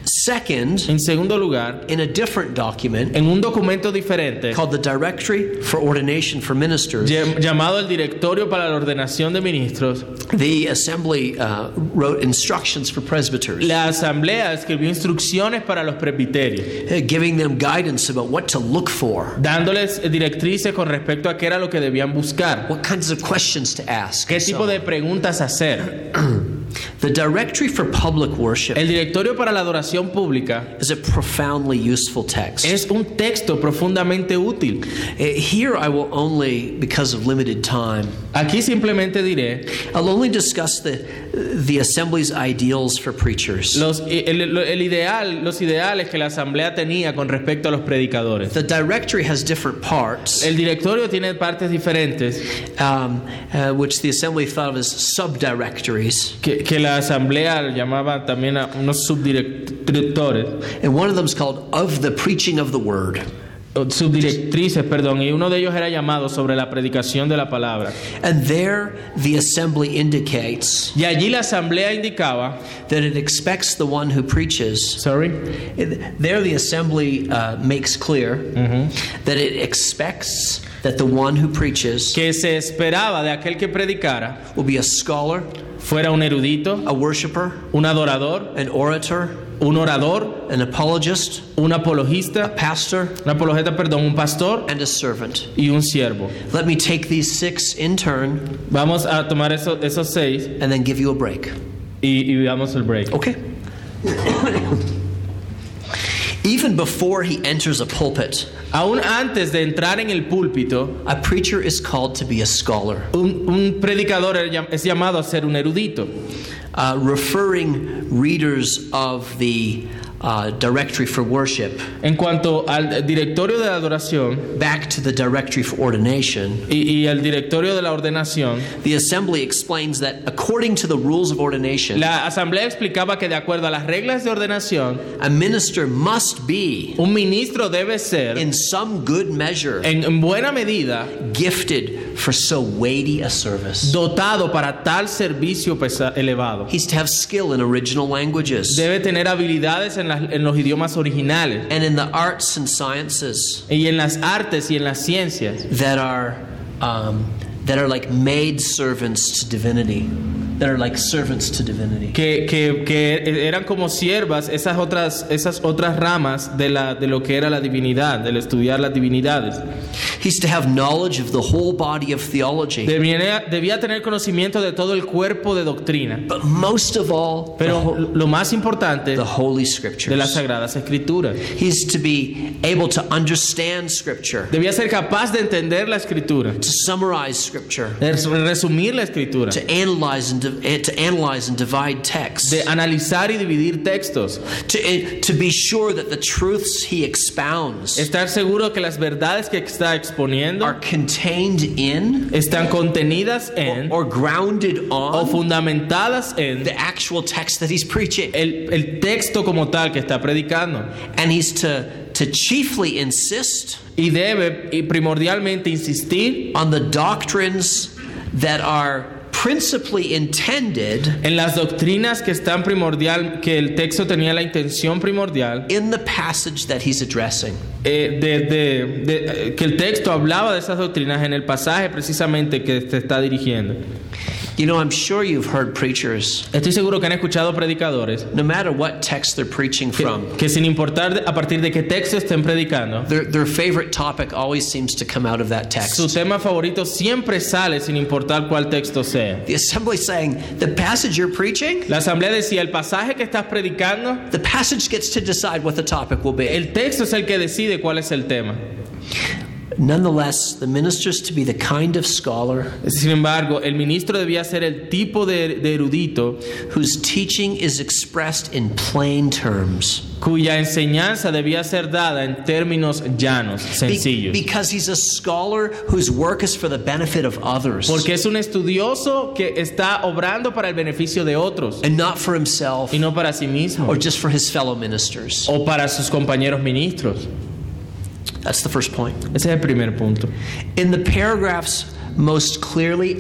[SPEAKER 1] Second,
[SPEAKER 2] En segundo lugar,
[SPEAKER 1] in a different document
[SPEAKER 2] en un documento diferente
[SPEAKER 1] called the Directory for Ordination for Ministers,
[SPEAKER 2] llam- llamado el Directorio para la Ordenación de Ministros,
[SPEAKER 1] the assembly uh, wrote instructions for presbyters,
[SPEAKER 2] la asamblea escribió instrucciones para los presbiterios,
[SPEAKER 1] uh, giving them guidance about what to look for,
[SPEAKER 2] dándoles directrices con respecto a qué era lo que debían buscar,
[SPEAKER 1] what kinds of questions to ask.
[SPEAKER 2] qué
[SPEAKER 1] So,
[SPEAKER 2] tipo de preguntas hacer.
[SPEAKER 1] the Directory for Public Worship
[SPEAKER 2] El Directorio para la Adoración Pública
[SPEAKER 1] is a profoundly useful text.
[SPEAKER 2] es un texto profundamente útil.
[SPEAKER 1] Uh, Here, I will only, because of limited time,
[SPEAKER 2] Aquí simplemente diré
[SPEAKER 1] I'll only discuss the the assembly's ideals for preachers.
[SPEAKER 2] los, el- el- el ideal, los ideales que la asamblea tenía con respecto a los predicadores.
[SPEAKER 1] The directory has different parts,
[SPEAKER 2] El directorio tiene partes diferentes
[SPEAKER 1] um, uh, which the assembly thought of as subdirectories,
[SPEAKER 2] que, que la asamblea llamaba también a unos subdirectores,
[SPEAKER 1] and one of them is called "of the preaching of the word."
[SPEAKER 2] o subdirectrices, perdón, y uno de ellos era llamado sobre la predicación de la palabra.
[SPEAKER 1] And there, the assembly indicates
[SPEAKER 2] Y allí la asamblea indicaba,
[SPEAKER 1] that it expects the one who preaches.
[SPEAKER 2] sorry,
[SPEAKER 1] it- There, the assembly uh, makes clear that it expects that the one who preaches
[SPEAKER 2] que se esperaba de aquel que predicara
[SPEAKER 1] will be a scholar,
[SPEAKER 2] fuera un erudito,
[SPEAKER 1] a worshiper,
[SPEAKER 2] un adorador,
[SPEAKER 1] an orator,
[SPEAKER 2] un orador,
[SPEAKER 1] an apologist,
[SPEAKER 2] un apologista,
[SPEAKER 1] pastor,
[SPEAKER 2] un apologeta, perdón, un pastor
[SPEAKER 1] and a servant.
[SPEAKER 2] y un siervo.
[SPEAKER 1] Let me take these six in turn
[SPEAKER 2] Vamos a tomar eso- esos seis
[SPEAKER 1] and then give you a break.
[SPEAKER 2] y, y damos el break.
[SPEAKER 1] Okay? Even before he enters a pulpit,
[SPEAKER 2] Aún antes de entrar en el púlpito,
[SPEAKER 1] a preacher is called to be a scholar,
[SPEAKER 2] Un, un predicador es llam- es llamado a ser un erudito,
[SPEAKER 1] uh, referring readers of the uh, directory for worship
[SPEAKER 2] en cuanto al directorio de la adoración
[SPEAKER 1] back to the directory for ordination.
[SPEAKER 2] y, y al directorio de la ordenación,
[SPEAKER 1] The assembly explains that according to the rules of ordination,
[SPEAKER 2] la asamblea explicaba que de acuerdo a las reglas de ordenación,
[SPEAKER 1] a minister must be,
[SPEAKER 2] un ministro debe ser,
[SPEAKER 1] in some good measure,
[SPEAKER 2] en, en buena medida,
[SPEAKER 1] gifted for so weighty a service.
[SPEAKER 2] dotado para tal servicio pesa- elevado.
[SPEAKER 1] He's to have skill in original languages
[SPEAKER 2] Debe tener habilidades en, las- en los idiomas originales
[SPEAKER 1] and in the arts and sciences
[SPEAKER 2] y en las artes y en las ciencias,
[SPEAKER 1] that are um, that are like maid servants to divinity, that are like servants to divinity.
[SPEAKER 2] que, que- que eran como siervas esas otras, esas otras ramas de, la, de lo que era la divinidad, del estudiar las divinidades.
[SPEAKER 1] He's to have knowledge of the whole body of theology,
[SPEAKER 2] Debía, debía tener conocimiento de todo el cuerpo de doctrina,
[SPEAKER 1] but most of all, the,
[SPEAKER 2] pero
[SPEAKER 1] ho-
[SPEAKER 2] lo más
[SPEAKER 1] the
[SPEAKER 2] importante de
[SPEAKER 1] holy
[SPEAKER 2] las
[SPEAKER 1] scriptures.
[SPEAKER 2] sagradas escrituras.
[SPEAKER 1] He's to be able to understand scripture,
[SPEAKER 2] Debía ser capaz de entender la escritura,
[SPEAKER 1] to summarize Scripture,
[SPEAKER 2] Es resumir la escritura,
[SPEAKER 1] to analyze and, di- eh, to analyze and divide texts,
[SPEAKER 2] de analizar y dividir textos,
[SPEAKER 1] to, eh, to be sure that the truths he expounds
[SPEAKER 2] estar seguro que las verdades que está
[SPEAKER 1] are
[SPEAKER 2] exponiendo
[SPEAKER 1] contained in
[SPEAKER 2] están contenidas en
[SPEAKER 1] or grounded
[SPEAKER 2] o
[SPEAKER 1] on
[SPEAKER 2] fundamentadas en
[SPEAKER 1] the actual text that he's preaching.
[SPEAKER 2] el, el texto como tal que está predicando.
[SPEAKER 1] And he's to, to chiefly insist
[SPEAKER 2] Y debe y primordialmente insistir
[SPEAKER 1] on the doctrines that are principally intended
[SPEAKER 2] en las doctrinas que están primordial, que el texto tenía la intención primordial,
[SPEAKER 1] in the passage that he's addressing.
[SPEAKER 2] eh, de, de- de- eh, que el texto hablaba de esas doctrinas en el pasaje precisamente que te está dirigiendo.
[SPEAKER 1] You know, I'm sure you've heard preachers,
[SPEAKER 2] Estoy seguro que han escuchado predicadores
[SPEAKER 1] no matter what text they're preaching
[SPEAKER 2] que,
[SPEAKER 1] from,
[SPEAKER 2] que sin importar de- a partir de qué texto estén predicando,
[SPEAKER 1] their, their favorite topic always seems to come out of that
[SPEAKER 2] su
[SPEAKER 1] text.
[SPEAKER 2] tema favorito siempre sale sin importar cuál texto sea.
[SPEAKER 1] The assembly saying, the passage you're preaching,
[SPEAKER 2] La asamblea decía, el pasaje que estás predicando
[SPEAKER 1] the passage gets to decide what the topic will be.
[SPEAKER 2] El texto es el que decide cuál es el tema.
[SPEAKER 1] Nonetheless, the minister's to be the kind of scholar
[SPEAKER 2] Sin embargo, el ministro debía ser el tipo de, de erudito
[SPEAKER 1] whose teaching is expressed in plain terms.
[SPEAKER 2] cuya enseñanza debía ser dada en términos llanos,
[SPEAKER 1] Be-
[SPEAKER 2] sencillos.
[SPEAKER 1] because he's a scholar whose work is for the benefit of others
[SPEAKER 2] Porque es un estudioso que está obrando para el beneficio de otros
[SPEAKER 1] and not for himself
[SPEAKER 2] y no para sí mismo
[SPEAKER 1] or just for his fellow ministers.
[SPEAKER 2] o para sus compañeros ministros.
[SPEAKER 1] That's the first point.
[SPEAKER 2] Ese es el primer punto.
[SPEAKER 1] In the paragraphs most clearly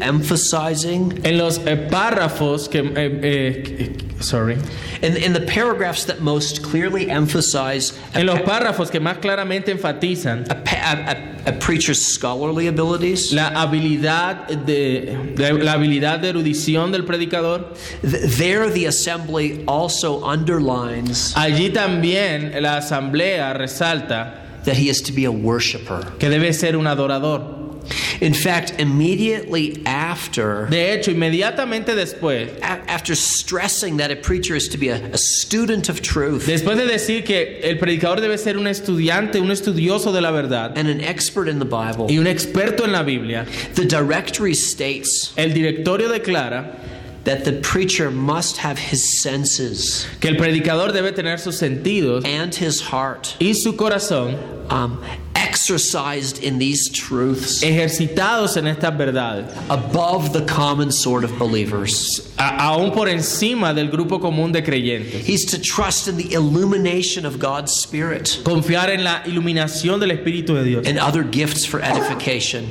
[SPEAKER 1] emphasizing,
[SPEAKER 2] En los eh, párrafos que... eh, eh, que- que- sorry.
[SPEAKER 1] in, in the paragraphs that most clearly emphasize
[SPEAKER 2] En los párrafos que más claramente enfatizan
[SPEAKER 1] a, pa- a- a- a preacher's scholarly abilities,
[SPEAKER 2] la habilidad de la, la habilidad de erudición del predicador
[SPEAKER 1] th- there the assembly also underlines
[SPEAKER 2] allí también la asamblea resalta
[SPEAKER 1] that he is to be a worshiper.
[SPEAKER 2] que debe ser un adorador
[SPEAKER 1] In fact, immediately after
[SPEAKER 2] de hecho inmediatamente después
[SPEAKER 1] A- after stressing that a preacher is to be a, a student of truth
[SPEAKER 2] después de decir que el predicador debe ser un estudiante un estudioso de la verdad
[SPEAKER 1] and an expert in the Bible,
[SPEAKER 2] y un experto en la Biblia
[SPEAKER 1] the directory states
[SPEAKER 2] el directorio declara
[SPEAKER 1] that the preacher must have his senses
[SPEAKER 2] que el predicador debe tener sus sentidos
[SPEAKER 1] and his heart
[SPEAKER 2] y su corazón
[SPEAKER 1] um, exercised in these truths
[SPEAKER 2] ejercitados en estas verdades
[SPEAKER 1] above the common sort of believers.
[SPEAKER 2] a- aún por encima del grupo común de creyentes
[SPEAKER 1] He's to trust in the illumination of God's Spirit
[SPEAKER 2] Confiar en la iluminación del Espíritu de Dios.
[SPEAKER 1] and other gifts for edification.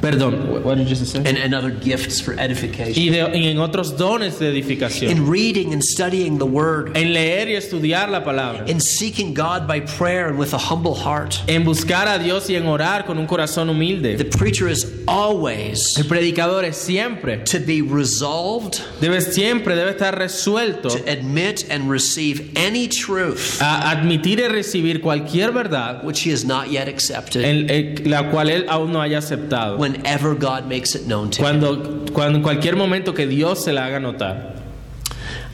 [SPEAKER 2] Perdón. what did you just say?
[SPEAKER 1] And, and other gifts for edification.
[SPEAKER 2] Y, de- y en otros dones de edificación.
[SPEAKER 1] In reading and studying the Word.
[SPEAKER 2] En leer y estudiar la palabra.
[SPEAKER 1] in seeking God by prayer and with a humble heart.
[SPEAKER 2] En buscar a Dios y en orar con un corazón
[SPEAKER 1] The
[SPEAKER 2] humilde.
[SPEAKER 1] preacher is always
[SPEAKER 2] El predicador es siempre,
[SPEAKER 1] to be resolved
[SPEAKER 2] debe siempre, debe estar resuelto
[SPEAKER 1] to admit and receive any truth
[SPEAKER 2] a admitir y recibir cualquier verdad
[SPEAKER 1] which he has not yet accepted
[SPEAKER 2] en, en la cual él aún no haya aceptado.
[SPEAKER 1] whenever God makes it known to him.
[SPEAKER 2] Cuando, cuando en cualquier momento que Dios se la haga notar.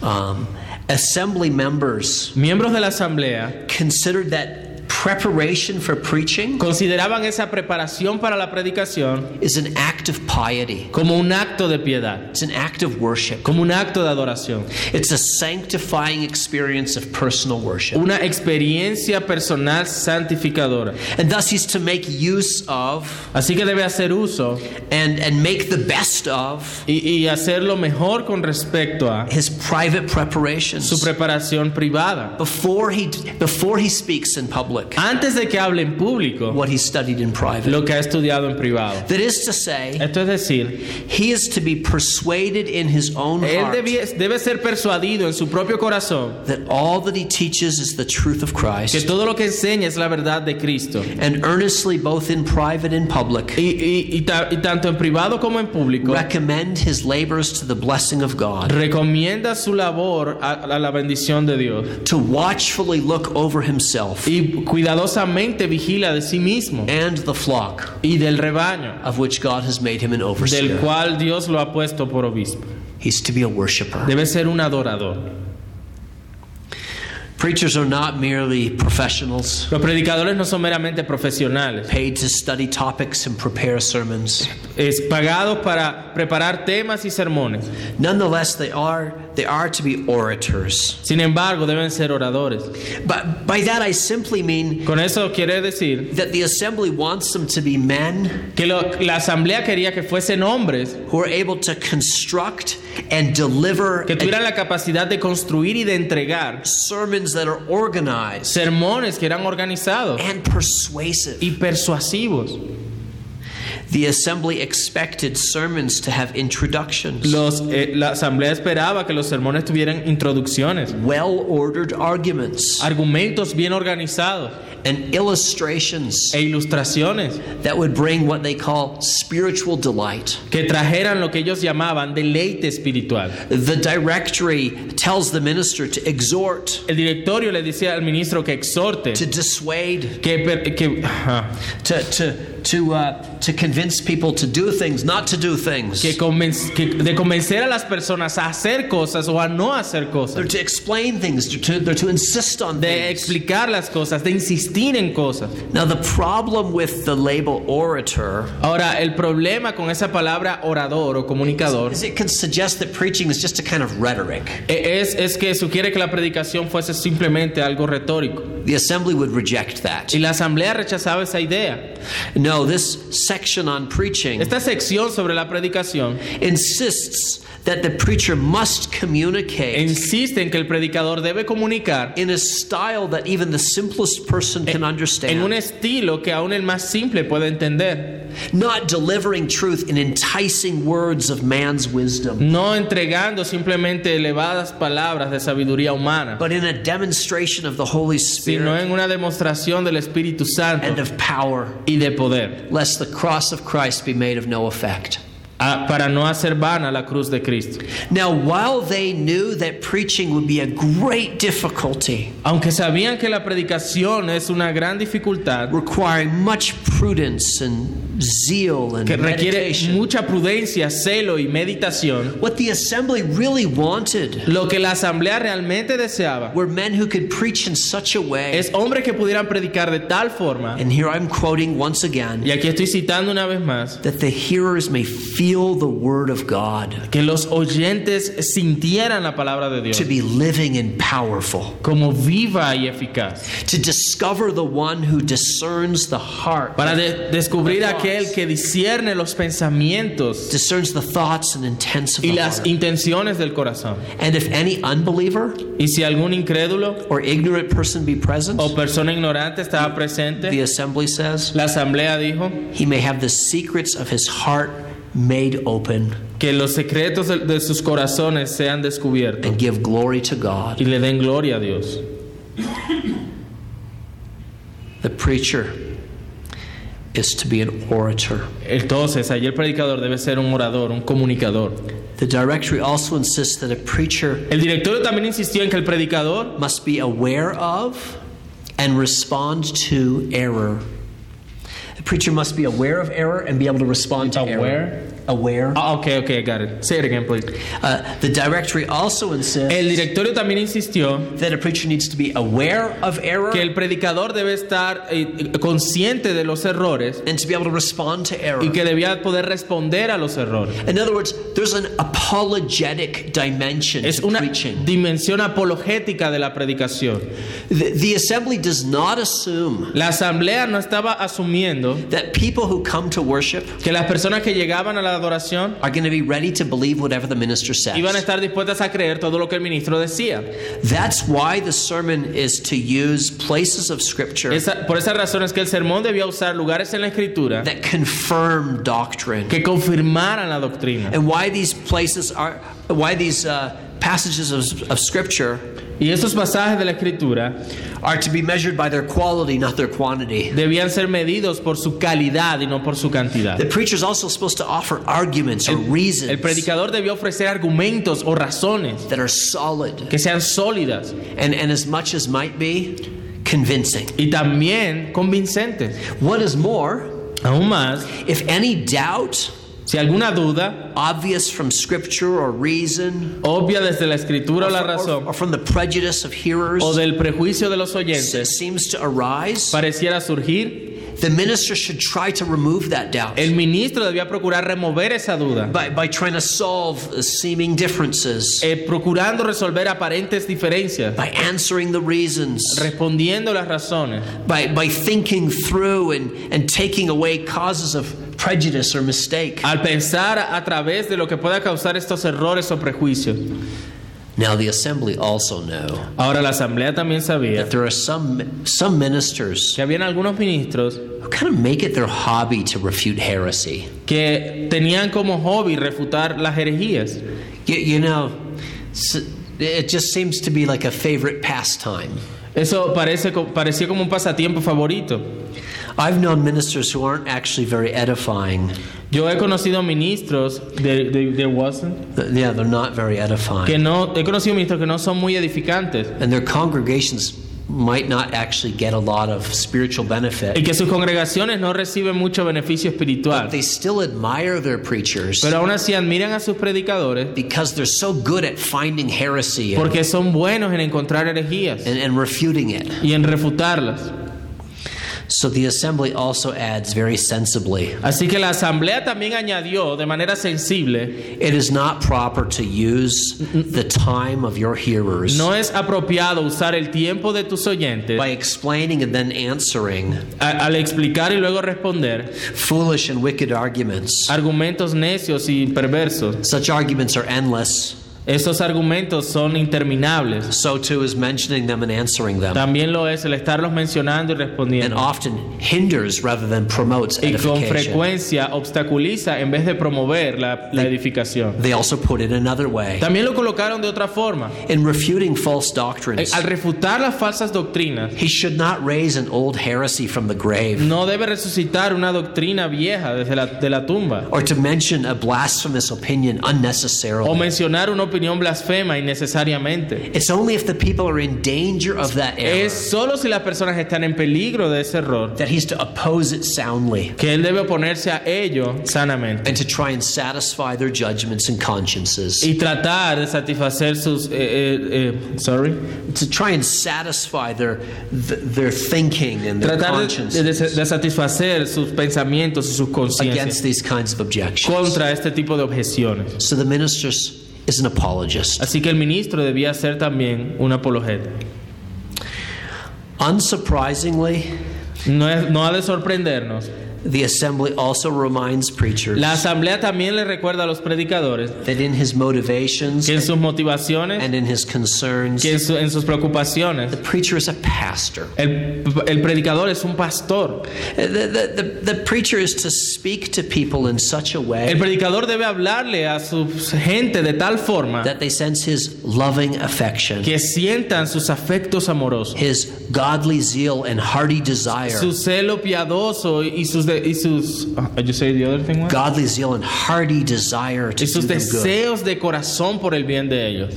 [SPEAKER 1] Um, assembly members
[SPEAKER 2] Miembros de la asamblea
[SPEAKER 1] considered that preparation for preaching
[SPEAKER 2] consideraban esa preparación para la predicación
[SPEAKER 1] is an act of piety,
[SPEAKER 2] como un acto de piedad,
[SPEAKER 1] it's an act of worship,
[SPEAKER 2] como un acto de adoración,
[SPEAKER 1] it's a sanctifying experience of personal worship.
[SPEAKER 2] una experiencia personal santificadora.
[SPEAKER 1] And thus, he's to make use of
[SPEAKER 2] Así que debe hacer uso
[SPEAKER 1] and, and make the best of
[SPEAKER 2] y, y hacerlo mejor con respecto a
[SPEAKER 1] his private
[SPEAKER 2] su
[SPEAKER 1] preparations
[SPEAKER 2] preparación privada.
[SPEAKER 1] before he before he speaks in public
[SPEAKER 2] Antes de que hable en público
[SPEAKER 1] what he studied in private
[SPEAKER 2] lo que ha estudiado en privado.
[SPEAKER 1] that is to say
[SPEAKER 2] Esto es decir,
[SPEAKER 1] he is to be persuaded in his own
[SPEAKER 2] él
[SPEAKER 1] heart
[SPEAKER 2] debie- debe ser persuadido en su propio corazón
[SPEAKER 1] that all that he teaches is the truth of
[SPEAKER 2] que
[SPEAKER 1] Christ
[SPEAKER 2] todo lo que enseña es la verdad de Cristo.
[SPEAKER 1] and earnestly both in private and public
[SPEAKER 2] Y, y- y ta- y tanto en privado como en público,
[SPEAKER 1] recommend his labors to the blessing of God
[SPEAKER 2] recomienda su labor a- a la bendición de Dios.
[SPEAKER 1] to watchfully look over himself
[SPEAKER 2] y cuidadosamente vigila de sí mismo
[SPEAKER 1] and the flock
[SPEAKER 2] y del rebaño
[SPEAKER 1] of which God has made him an
[SPEAKER 2] del
[SPEAKER 1] overseer
[SPEAKER 2] cual Dios lo ha puesto por obispo.
[SPEAKER 1] he's to be a worshiper
[SPEAKER 2] Debe ser un adorador.
[SPEAKER 1] Preachers are not merely professionals
[SPEAKER 2] Los predicadores no son meramente profesionales,
[SPEAKER 1] paid to study topics and prepare sermons.
[SPEAKER 2] es pagados para preparar temas y sermones.
[SPEAKER 1] Nonetheless, they are, they are to be orators.
[SPEAKER 2] Sin embargo, deben ser oradores.
[SPEAKER 1] But by that, I simply mean
[SPEAKER 2] Con eso quiere decir
[SPEAKER 1] that the assembly wants them to be men
[SPEAKER 2] que lo- la asamblea quería que fuesen hombres
[SPEAKER 1] who are able to construct and deliver
[SPEAKER 2] que tuvieran la capacidad de construir y de entregar
[SPEAKER 1] sermons that are organized
[SPEAKER 2] sermones que eran organizados
[SPEAKER 1] and persuasive.
[SPEAKER 2] y persuasivos.
[SPEAKER 1] The assembly expected sermons to have introductions,
[SPEAKER 2] Los, eh, la asamblea esperaba que los sermones tuvieran introducciones,
[SPEAKER 1] well ordered arguments,
[SPEAKER 2] argumentos bien organizados
[SPEAKER 1] and illustrations
[SPEAKER 2] e ilustraciones
[SPEAKER 1] that would bring what they call spiritual delight.
[SPEAKER 2] que trajeran lo que ellos llamaban deleite espiritual.
[SPEAKER 1] The directory tells the minister to exhort,
[SPEAKER 2] El directorio le decía al ministro que exhorte,
[SPEAKER 1] to dissuade,
[SPEAKER 2] que, per- que, ajá,
[SPEAKER 1] to, to, to, uh, to convince people to do things, not to do things.
[SPEAKER 2] que conven- que- de convencer a las personas a hacer cosas o a no hacer
[SPEAKER 1] They're
[SPEAKER 2] cosas,
[SPEAKER 1] to explain things, they're to, they're to insist on
[SPEAKER 2] de
[SPEAKER 1] things.
[SPEAKER 2] explicar las cosas, de insistir en cosas.
[SPEAKER 1] Now, the problem with the label orator
[SPEAKER 2] Ahora, el problema con esa palabra orador o comunicador
[SPEAKER 1] is it can suggest that preaching is just a kind of rhetoric.
[SPEAKER 2] e- es, es que sugiere que la predicación fuese simplemente algo retórico.
[SPEAKER 1] The assembly would reject that.
[SPEAKER 2] Y la asamblea rechazaba esa idea.
[SPEAKER 1] No, this section on preaching
[SPEAKER 2] Esta sección sobre la predicación
[SPEAKER 1] insists that the preacher must communicate
[SPEAKER 2] insiste en que el predicador debe comunicar
[SPEAKER 1] in a style that even the simplest person can
[SPEAKER 2] en un
[SPEAKER 1] understand,
[SPEAKER 2] estilo que aún el más simple puede entender,
[SPEAKER 1] not delivering truth in enticing words of man's wisdom,
[SPEAKER 2] no entregando simplemente elevadas palabras de sabiduría humana,
[SPEAKER 1] but in a demonstration of the Holy
[SPEAKER 2] sino
[SPEAKER 1] Spirit
[SPEAKER 2] en una demostración del Espíritu
[SPEAKER 1] and
[SPEAKER 2] Santo
[SPEAKER 1] of power,
[SPEAKER 2] y de poder,
[SPEAKER 1] lest the cross of Christ be made of no effect.
[SPEAKER 2] a- ah, para no hacer vana la cruz de Cristo.
[SPEAKER 1] Now, while they knew that preaching would be a great difficulty,
[SPEAKER 2] Aunque sabían que la predicación es una gran dificultad,
[SPEAKER 1] requiring much prudence and zeal and
[SPEAKER 2] que requiere
[SPEAKER 1] meditation,
[SPEAKER 2] mucha prudencia, celo y meditación,
[SPEAKER 1] What the assembly really wanted
[SPEAKER 2] lo que la asamblea realmente deseaba
[SPEAKER 1] were men who could preach in such a way.
[SPEAKER 2] es hombres que pudieran predicar de tal forma,
[SPEAKER 1] And here I'm quoting once
[SPEAKER 2] y
[SPEAKER 1] again
[SPEAKER 2] aquí estoy citando una vez más,
[SPEAKER 1] that the hearers may feel the word of God
[SPEAKER 2] que los oyentes sintieran la palabra de Dios
[SPEAKER 1] to be living and powerful,
[SPEAKER 2] como viva y eficaz,
[SPEAKER 1] to discover the one who discerns the heart,
[SPEAKER 2] para de- descubrir aquel que discierne los pensamientos
[SPEAKER 1] discerns the thoughts and intents of
[SPEAKER 2] y
[SPEAKER 1] the
[SPEAKER 2] las
[SPEAKER 1] heart.
[SPEAKER 2] intenciones del corazón.
[SPEAKER 1] And if any unbeliever
[SPEAKER 2] Y si algún incrédulo
[SPEAKER 1] or ignorant person be present,
[SPEAKER 2] o persona ignorante estaba
[SPEAKER 1] the
[SPEAKER 2] presente,
[SPEAKER 1] assembly says,
[SPEAKER 2] la asamblea dijo
[SPEAKER 1] he may have the secrets of his heart made open
[SPEAKER 2] que los secretos de, de sus corazones sean descubiertos
[SPEAKER 1] and give glory to God.
[SPEAKER 2] y le den gloria a Dios.
[SPEAKER 1] The preacher is to be an orator.
[SPEAKER 2] Entonces, allí el predicador debe ser un orador, un comunicador.
[SPEAKER 1] The directory also insists that a preacher
[SPEAKER 2] El directorio también insistió en que el predicador
[SPEAKER 1] must be aware of and respond to error. The preacher must be aware of error and be able to respond to error.
[SPEAKER 2] Aware?
[SPEAKER 1] Aware.
[SPEAKER 2] Ah, ok, ok, got it. Say it again, please.
[SPEAKER 1] Uh, the directory also insists
[SPEAKER 2] El directorio también insistió
[SPEAKER 1] that a preacher needs to be aware of error
[SPEAKER 2] que el predicador debe estar eh, consciente de los errores
[SPEAKER 1] and to be able to respond to error.
[SPEAKER 2] y que debía poder responder a los errores.
[SPEAKER 1] In other words, there's an apologetic dimension
[SPEAKER 2] Es
[SPEAKER 1] to
[SPEAKER 2] una
[SPEAKER 1] preaching.
[SPEAKER 2] dimensión apologética de la predicación.
[SPEAKER 1] The- the assembly does not assume
[SPEAKER 2] La asamblea no estaba asumiendo
[SPEAKER 1] that people who come to worship
[SPEAKER 2] que las personas que llegaban a la adoración
[SPEAKER 1] are going to be ready to believe whatever the minister
[SPEAKER 2] iban a
[SPEAKER 1] says.
[SPEAKER 2] estar dispuestas a creer todo lo que el ministro decía.
[SPEAKER 1] That's why the sermon is to use places of scripture
[SPEAKER 2] Esa- por esas razones que el sermón debía usar lugares en la escritura
[SPEAKER 1] that confirm doctrine,
[SPEAKER 2] que confirmaran la doctrina.
[SPEAKER 1] and why these places are, why these uh, passages of, of scripture
[SPEAKER 2] Y esos pasajes de la escritura
[SPEAKER 1] are to be measured by their quality, not their quantity.
[SPEAKER 2] debían ser medidos por su calidad y no por su cantidad.
[SPEAKER 1] The preacher's also supposed to offer arguments or
[SPEAKER 2] El
[SPEAKER 1] reasons
[SPEAKER 2] predicador debió ofrecer argumentos o razones
[SPEAKER 1] that are solid
[SPEAKER 2] que sean sólidas
[SPEAKER 1] and, and as much as might be, convincing.
[SPEAKER 2] y también convincentes.
[SPEAKER 1] What is more,
[SPEAKER 2] Aún más,
[SPEAKER 1] if any doubt
[SPEAKER 2] si alguna duda
[SPEAKER 1] obvious from scripture or reason
[SPEAKER 2] obvia desde la escritura o la
[SPEAKER 1] or,
[SPEAKER 2] razón
[SPEAKER 1] or from the prejudice of hearers
[SPEAKER 2] o del prejuicio de
[SPEAKER 1] s-
[SPEAKER 2] los oyentes
[SPEAKER 1] seems to arise
[SPEAKER 2] pareciera surgir,
[SPEAKER 1] the minister should try to remove that doubt
[SPEAKER 2] El ministro debía procurar remover esa duda,
[SPEAKER 1] by, by trying to solve seeming differences,
[SPEAKER 2] eh, procurando resolver aparentes diferencias,
[SPEAKER 1] by answering the reasons,
[SPEAKER 2] respondiendo las razones,
[SPEAKER 1] by, by thinking through and, and taking away causes of prejudice or mistake.
[SPEAKER 2] al pensar a través de lo que pueda causar estos errores o prejuicios.
[SPEAKER 1] Now, the assembly also know
[SPEAKER 2] Ahora la asamblea también sabía
[SPEAKER 1] that there are some, some ministers
[SPEAKER 2] que habían algunos ministros
[SPEAKER 1] who kind of make it their hobby to refute heresy.
[SPEAKER 2] que tenían como hobby refutar las herejías.
[SPEAKER 1] You, you know, s- it just seems to be like a favorite pastime.
[SPEAKER 2] Eso parece, co- parecía como un pasatiempo favorito.
[SPEAKER 1] I've known ministers who aren't actually very edifying.
[SPEAKER 2] Yo he conocido ministros de, de, de Watson
[SPEAKER 1] Th- Yeah, they're not very
[SPEAKER 2] que
[SPEAKER 1] edifying.
[SPEAKER 2] no, he conocido ministros que no son muy edificantes
[SPEAKER 1] And their congregations might not actually get a lot of spiritual
[SPEAKER 2] y
[SPEAKER 1] benefit.
[SPEAKER 2] que sus congregaciones no reciben mucho beneficio espiritual.
[SPEAKER 1] They still admire their preachers
[SPEAKER 2] Pero aún así admiran a sus predicadores
[SPEAKER 1] because they're so good at finding heresy and,
[SPEAKER 2] porque son buenos en encontrar herejías
[SPEAKER 1] and, and refuting it.
[SPEAKER 2] y en refutarlas.
[SPEAKER 1] So the assembly also adds very sensibly
[SPEAKER 2] Así que la asamblea también añadió de manera sensible,
[SPEAKER 1] it is not proper to use the time of your hearers
[SPEAKER 2] no es apropiado usar el tiempo de tus oyentes
[SPEAKER 1] by explaining and then answering
[SPEAKER 2] a- al explicar y luego responder
[SPEAKER 1] foolish and wicked arguments.
[SPEAKER 2] argumentos necios y perversos.
[SPEAKER 1] Such arguments are endless.
[SPEAKER 2] Esos argumentos son interminables.
[SPEAKER 1] So too is mentioning them and answering them.
[SPEAKER 2] También lo es el estarlos mencionando
[SPEAKER 1] and
[SPEAKER 2] y respondiendo.
[SPEAKER 1] often hinders rather than promotes
[SPEAKER 2] Y con
[SPEAKER 1] edification.
[SPEAKER 2] frecuencia obstaculiza en vez de promover la, la edificación.
[SPEAKER 1] They also put it another way.
[SPEAKER 2] También lo colocaron de otra forma.
[SPEAKER 1] In refuting false
[SPEAKER 2] Eh,
[SPEAKER 1] doctrines,
[SPEAKER 2] Al refutar las falsas doctrinas,
[SPEAKER 1] he should not raise an old heresy from the grave
[SPEAKER 2] no debe resucitar una doctrina vieja desde la, de la tumba
[SPEAKER 1] or to mention a blasphemous opinion
[SPEAKER 2] o
[SPEAKER 1] unnecessarily.
[SPEAKER 2] mencionar una opinión blasfema innecesariamente.
[SPEAKER 1] It's only if the people are in danger of that error
[SPEAKER 2] Es solo si las personas están en peligro de ese error
[SPEAKER 1] that he's to oppose it soundly
[SPEAKER 2] que él debe oponerse a ello sanamente.
[SPEAKER 1] and to try and satisfy their judgments and consciences.
[SPEAKER 2] y tratar de satisfacer sus eh, eh, eh, sorry
[SPEAKER 1] To try and satisfy their th- their thinking and their
[SPEAKER 2] tratar de, de-
[SPEAKER 1] consciences
[SPEAKER 2] de satisfacer sus pensamientos y sus
[SPEAKER 1] against
[SPEAKER 2] conciencias
[SPEAKER 1] these kinds of objections.
[SPEAKER 2] contra este tipo de objeciones
[SPEAKER 1] So the minister is an apologist.
[SPEAKER 2] así que el ministro debía ser también un apologeta
[SPEAKER 1] Unsurprisingly,
[SPEAKER 2] no, es- no ha de sorprendernos
[SPEAKER 1] the assembly also reminds preachers
[SPEAKER 2] la asamblea también le recuerda a los predicadores
[SPEAKER 1] that in his motivations
[SPEAKER 2] que en sus motivaciones
[SPEAKER 1] and in his concerns,
[SPEAKER 2] que en, su- en sus preocupaciones
[SPEAKER 1] the preacher is a pastor.
[SPEAKER 2] el, el predicador es un pastor
[SPEAKER 1] The, the, the, the preacher is to speak to people in such a
[SPEAKER 2] el
[SPEAKER 1] way
[SPEAKER 2] predicador debe hablarle a su gente de tal forma
[SPEAKER 1] that they sense his loving affection,
[SPEAKER 2] que sientan sus afectos amorosos
[SPEAKER 1] his godly zeal and hearty desire.
[SPEAKER 2] su celo piadoso y sus de- y sus Ah, you say the other thing, what?
[SPEAKER 1] Godly zeal and hearty desire
[SPEAKER 2] y
[SPEAKER 1] to do
[SPEAKER 2] sus
[SPEAKER 1] them good.
[SPEAKER 2] deseos de corazón por el bien de ellos.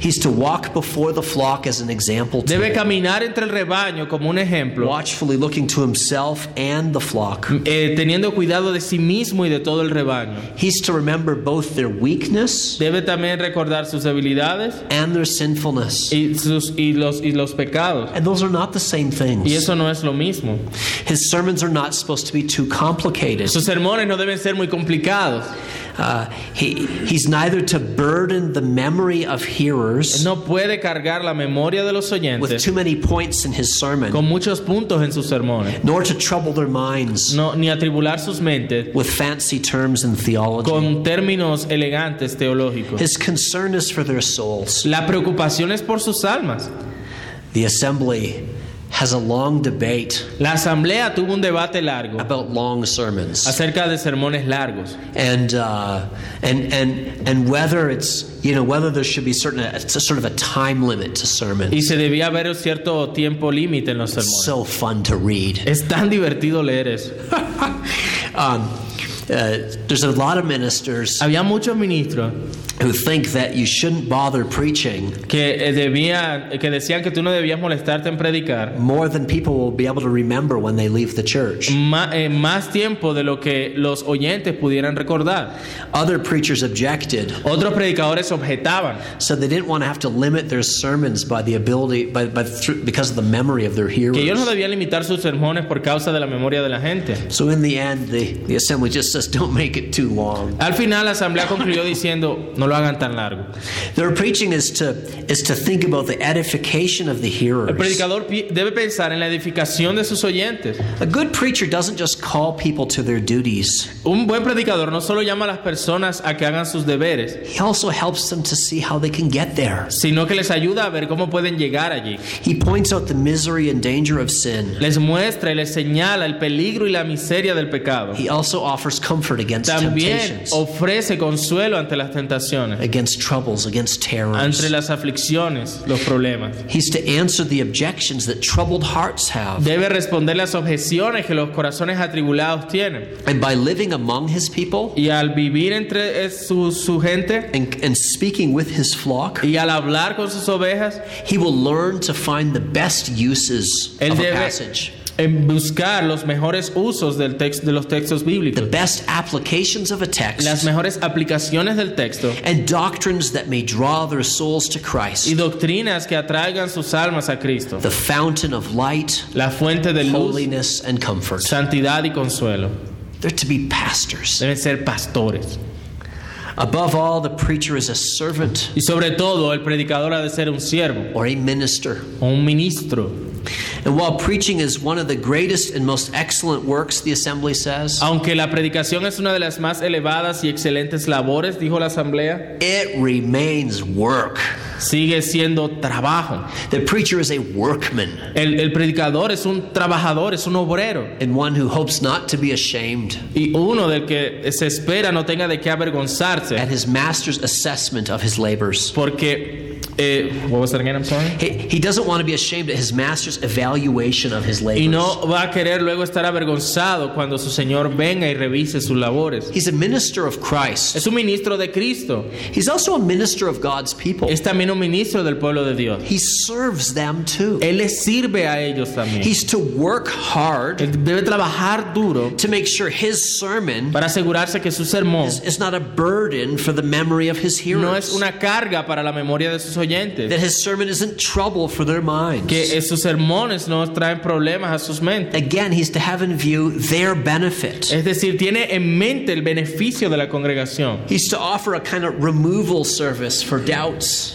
[SPEAKER 1] He's to walk before the flock as an example to
[SPEAKER 2] Debe caminar entre el rebaño como un ejemplo,
[SPEAKER 1] watchfully looking to himself and the flock.
[SPEAKER 2] eh, teniendo cuidado de sí mismo y de todo el rebaño.
[SPEAKER 1] He's to remember both their weakness
[SPEAKER 2] Debe también recordar sus debilidades
[SPEAKER 1] and their sinfulness.
[SPEAKER 2] y sus y los y los pecados.
[SPEAKER 1] And those are not the same
[SPEAKER 2] Y
[SPEAKER 1] things.
[SPEAKER 2] eso no es lo mismo.
[SPEAKER 1] His sermons are not supposed to be too complicated.
[SPEAKER 2] Sus sermones no deben ser muy complicados.
[SPEAKER 1] Uh, he, he's neither to burden the memory of hearers
[SPEAKER 2] No puede cargar la memoria de los
[SPEAKER 1] with
[SPEAKER 2] oyentes
[SPEAKER 1] too many points in his sermon,
[SPEAKER 2] con muchos puntos en sus sermones,
[SPEAKER 1] nor to trouble their minds
[SPEAKER 2] no, ni atribular sus mentes
[SPEAKER 1] with fancy terms and theology.
[SPEAKER 2] con términos elegantes teológicos.
[SPEAKER 1] His concern is for their souls.
[SPEAKER 2] La preocupación es por sus almas.
[SPEAKER 1] The assembly has a long debate
[SPEAKER 2] La asamblea tuvo un debate largo
[SPEAKER 1] about long sermons.
[SPEAKER 2] acerca de sermones largos
[SPEAKER 1] and uh, and and and whether it's you know whether there should be certain uh, it's a sort of a time limit to sermon.
[SPEAKER 2] y se debía haber un cierto tiempo límite en los sermones.
[SPEAKER 1] So fun to read.
[SPEAKER 2] es tan divertido leer eso.
[SPEAKER 1] Um, uh, there's a lot of ministers
[SPEAKER 2] Había muchos ministros
[SPEAKER 1] who think that you shouldn't bother preaching
[SPEAKER 2] que eh, debían, que decían que tú no debías molestarte en predicar
[SPEAKER 1] more than people will be able to remember when they leave the church.
[SPEAKER 2] ma- eh, más tiempo de lo que los oyentes pudieran recordar.
[SPEAKER 1] Other preachers objected,
[SPEAKER 2] Otros predicadores objetaban
[SPEAKER 1] so they didn't want to have to limit their sermons by the ability, by, by through, because of the memory of their
[SPEAKER 2] que ellos no
[SPEAKER 1] hearers.
[SPEAKER 2] debían limitar sus sermones por causa de la memoria de la gente.
[SPEAKER 1] So in the end, the, the assembly just says, don't make it too long.
[SPEAKER 2] Al final la asamblea concluyó diciendo, no lo hagan tan largo.
[SPEAKER 1] Their preaching is to is to think about the edification of the
[SPEAKER 2] El
[SPEAKER 1] hearers.
[SPEAKER 2] predicador pi- debe pensar en la edificación de sus oyentes.
[SPEAKER 1] A good preacher doesn't just call people to their duties.
[SPEAKER 2] Un buen predicador no solo llama a las personas a que hagan sus deberes,
[SPEAKER 1] He also helps them to see how they can get there.
[SPEAKER 2] sino que les ayuda a ver cómo pueden llegar allí.
[SPEAKER 1] He points out the misery and danger of sin.
[SPEAKER 2] Les muestra y les señala el peligro y la miseria del pecado.
[SPEAKER 1] He also offers comfort against
[SPEAKER 2] También
[SPEAKER 1] temptations,
[SPEAKER 2] ofrece consuelo ante las tentaciones,
[SPEAKER 1] against troubles, against
[SPEAKER 2] ante
[SPEAKER 1] terrors.
[SPEAKER 2] las aflicciones, los problemas.
[SPEAKER 1] He's to answer the objections that troubled hearts have.
[SPEAKER 2] Debe responder las objeciones que los corazones atribulados tienen.
[SPEAKER 1] And by living among his people
[SPEAKER 2] Y al vivir entre eh, su, su gente
[SPEAKER 1] and, and speaking with his flock,
[SPEAKER 2] y al hablar con sus ovejas,
[SPEAKER 1] he will learn to find the best uses
[SPEAKER 2] él
[SPEAKER 1] of a
[SPEAKER 2] debe
[SPEAKER 1] passage,
[SPEAKER 2] en buscar los mejores usos del text- de los textos
[SPEAKER 1] the
[SPEAKER 2] bíblicos,
[SPEAKER 1] best applications of a
[SPEAKER 2] las
[SPEAKER 1] text,
[SPEAKER 2] mejores aplicaciones del texto
[SPEAKER 1] and doctrines that may draw their souls to
[SPEAKER 2] y
[SPEAKER 1] Christ,
[SPEAKER 2] doctrinas que atraigan sus almas a Cristo,
[SPEAKER 1] the fountain of light,
[SPEAKER 2] la fuente de luz,
[SPEAKER 1] holiness, and comfort.
[SPEAKER 2] santidad y consuelo.
[SPEAKER 1] They're to be pastors.
[SPEAKER 2] Deben ser pastores.
[SPEAKER 1] Above all, the preacher is a servant
[SPEAKER 2] Y sobre todo, el predicador ha de ser un siervo
[SPEAKER 1] or a minister.
[SPEAKER 2] o un ministro.
[SPEAKER 1] And while preaching is one of the greatest and most excellent works, the assembly says,
[SPEAKER 2] Aunque la predicación es una de las más elevadas y excelentes labores, dijo la asamblea,
[SPEAKER 1] it remains work.
[SPEAKER 2] sigue siendo trabajo.
[SPEAKER 1] The preacher is a workman
[SPEAKER 2] El, el predicador es un trabajador, es un obrero.
[SPEAKER 1] and one who hopes not to be ashamed
[SPEAKER 2] Y uno del que se espera no tenga de qué avergonzarse.
[SPEAKER 1] at his master's assessment of his labors.
[SPEAKER 2] Porque, eh, what was that again? I'm sorry.
[SPEAKER 1] He, he doesn't want to be ashamed at his master's evaluation of his labors.
[SPEAKER 2] Y no va a querer luego estar avergonzado cuando su Señor venga y revise sus labores.
[SPEAKER 1] He's a minister of Christ.
[SPEAKER 2] Es un ministro de Cristo.
[SPEAKER 1] He's also a minister of God's people.
[SPEAKER 2] Es también un ministro del pueblo de Dios.
[SPEAKER 1] He serves them too.
[SPEAKER 2] Él les sirve a ellos también.
[SPEAKER 1] He's to work hard
[SPEAKER 2] Él debe trabajar duro
[SPEAKER 1] to make sure his sermon
[SPEAKER 2] para asegurarse que su sermón
[SPEAKER 1] is, is not a burden for the memory of his hearers.
[SPEAKER 2] no es una carga para la memoria de sus oyentes,
[SPEAKER 1] that his sermon isn't trouble for their minds.
[SPEAKER 2] que eh, sus sermones no traen problemas a sus mentes.
[SPEAKER 1] Again, he's to have in view their benefit.
[SPEAKER 2] Es decir, tiene en mente el beneficio de la congregación.
[SPEAKER 1] He's to offer a kind of removal service for doubts,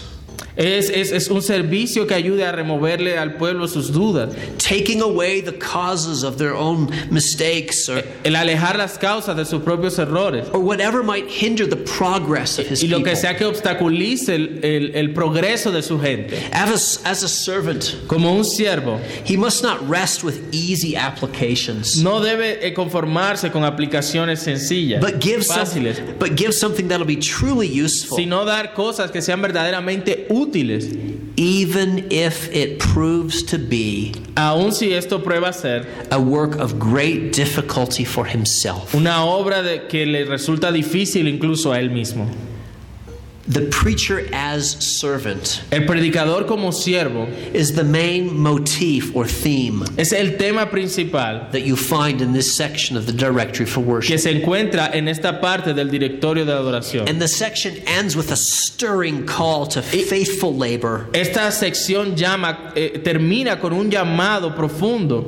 [SPEAKER 2] Es, es, es un servicio que ayude a removerle al pueblo sus dudas,
[SPEAKER 1] taking away the causes of their own mistakes or,
[SPEAKER 2] el alejar las causas de sus propios errores
[SPEAKER 1] or whatever might hinder the progress of his
[SPEAKER 2] y lo
[SPEAKER 1] people.
[SPEAKER 2] que sea que obstaculice el, el- el progreso de su gente.
[SPEAKER 1] As a, as a servant,
[SPEAKER 2] Como un siervo,
[SPEAKER 1] he must not rest with easy applications,
[SPEAKER 2] no debe eh, conformarse con aplicaciones sencillas,
[SPEAKER 1] but give, some-
[SPEAKER 2] fáciles,
[SPEAKER 1] but give something that'll be truly useful,
[SPEAKER 2] sino dar cosas que sean verdaderamente útiles.
[SPEAKER 1] even if it proves to be
[SPEAKER 2] aun si esto prueba ser
[SPEAKER 1] a work of great difficulty for himself.
[SPEAKER 2] una obra de, que le resulta difícil incluso a él mismo.
[SPEAKER 1] The preacher as servant
[SPEAKER 2] El predicador como siervo
[SPEAKER 1] is the main motif or theme
[SPEAKER 2] es el tema principal
[SPEAKER 1] that you find in this section of the Directory for
[SPEAKER 2] que
[SPEAKER 1] Worship.
[SPEAKER 2] se encuentra en esta parte del directorio de adoración.
[SPEAKER 1] And the section ends with a stirring call to faithful labor.
[SPEAKER 2] Esta sección llama, eh, termina con un llamado profundo.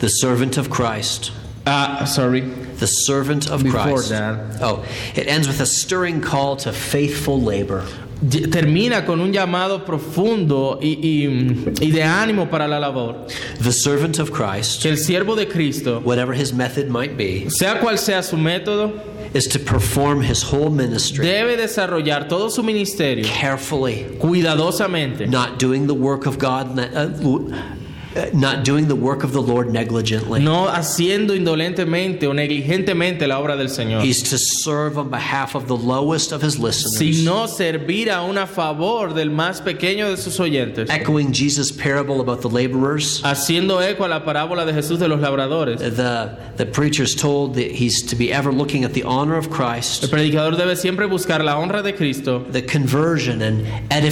[SPEAKER 1] The servant of Christ.
[SPEAKER 2] Ah, sorry.
[SPEAKER 1] The servant of
[SPEAKER 2] Before
[SPEAKER 1] Christ.
[SPEAKER 2] that.
[SPEAKER 1] Oh, it ends with a stirring call to faithful labor.
[SPEAKER 2] Y- Termina con un llamado profundo y, y- y de ánimo para la labor.
[SPEAKER 1] The servant of Christ,
[SPEAKER 2] Que el siervo de Cristo,
[SPEAKER 1] whatever his method might be,
[SPEAKER 2] sea cual sea su método,
[SPEAKER 1] is to perform his whole ministry
[SPEAKER 2] debe desarrollar todo su ministerio
[SPEAKER 1] carefully.
[SPEAKER 2] cuidadosamente,
[SPEAKER 1] not doing the work of God, uh, uh, not doing the work of the Lord negligently.
[SPEAKER 2] no haciendo indolentemente o negligentemente la obra del Señor,
[SPEAKER 1] He's to serve on behalf of the lowest of his listeners.
[SPEAKER 2] sino servir aún a favor del más pequeño de sus oyentes,
[SPEAKER 1] Echoing Jesus' parable about the laborers,
[SPEAKER 2] haciendo eco a la parábola de Jesús de los labradores.
[SPEAKER 1] the, the preacher's told that he's to be ever looking at the honor of
[SPEAKER 2] El
[SPEAKER 1] Christ,
[SPEAKER 2] predicador debe siempre buscar la honra de Cristo,
[SPEAKER 1] the conversion and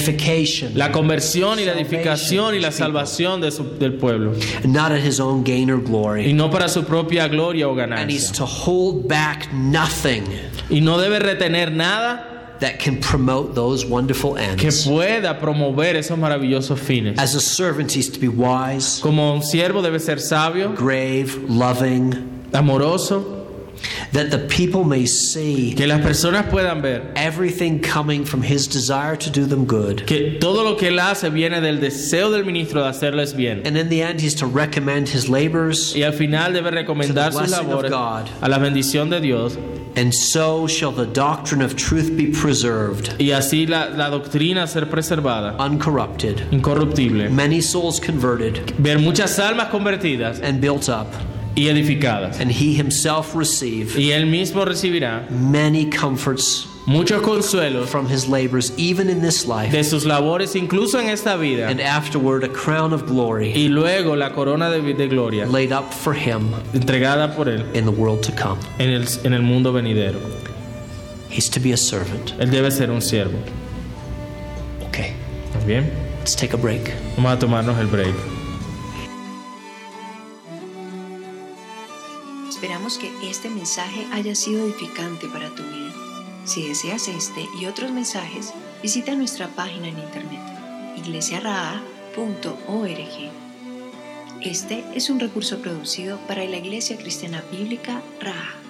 [SPEAKER 1] edification,
[SPEAKER 2] la conversión y la edificación y la salvación de su- del pueblo,
[SPEAKER 1] not at his own gain or
[SPEAKER 2] y
[SPEAKER 1] glory.
[SPEAKER 2] no para su propia gloria o
[SPEAKER 1] And he's
[SPEAKER 2] ganancia.
[SPEAKER 1] to hold back nothing
[SPEAKER 2] Y no debe retener nada
[SPEAKER 1] that can promote those wonderful
[SPEAKER 2] que
[SPEAKER 1] ends.
[SPEAKER 2] pueda promover esos maravillosos fines.
[SPEAKER 1] As a servant, he's to be wise,
[SPEAKER 2] Como un siervo debe ser sabio,
[SPEAKER 1] grave, loving,
[SPEAKER 2] amoroso,
[SPEAKER 1] that the people may see
[SPEAKER 2] que las personas puedan ver
[SPEAKER 1] everything coming from his desire to do them good.
[SPEAKER 2] que todo lo que él hace viene del deseo del ministro de hacerles bien.
[SPEAKER 1] And in the end, he's to recommend his labors,
[SPEAKER 2] Y al final debe recomendar
[SPEAKER 1] To the
[SPEAKER 2] sus
[SPEAKER 1] blessing of
[SPEAKER 2] labores
[SPEAKER 1] God.
[SPEAKER 2] a la bendición de Dios.
[SPEAKER 1] and so shall the doctrine of truth be preserved,
[SPEAKER 2] Y así la, la doctrina ser preservada,
[SPEAKER 1] uncorrupted,
[SPEAKER 2] incorruptible.
[SPEAKER 1] many souls converted
[SPEAKER 2] Ver muchas almas convertidas
[SPEAKER 1] and built up,
[SPEAKER 2] y edificadas.
[SPEAKER 1] and he himself receive
[SPEAKER 2] Y él mismo recibirá
[SPEAKER 1] many comforts
[SPEAKER 2] muchos consuelos
[SPEAKER 1] from his labors, even in this life,
[SPEAKER 2] de sus labores, incluso en esta vida.
[SPEAKER 1] and afterward a crown of glory
[SPEAKER 2] Y luego la corona de, vi- de gloria
[SPEAKER 1] laid up for him
[SPEAKER 2] entregada por él
[SPEAKER 1] in the world to come.
[SPEAKER 2] en el, en el mundo venidero.
[SPEAKER 1] He's to be a servant.
[SPEAKER 2] Él debe ser un siervo.
[SPEAKER 1] Okay,
[SPEAKER 2] Muy Bien,
[SPEAKER 1] let's take a break.
[SPEAKER 2] vamos a tomarnos el break.
[SPEAKER 3] Esperamos que este mensaje haya sido edificante para tu vida. Si deseas este y otros mensajes, visita nuestra página en internet iglesiaraa.org. Este es un recurso producido para la Iglesia Cristiana Bíblica Raha.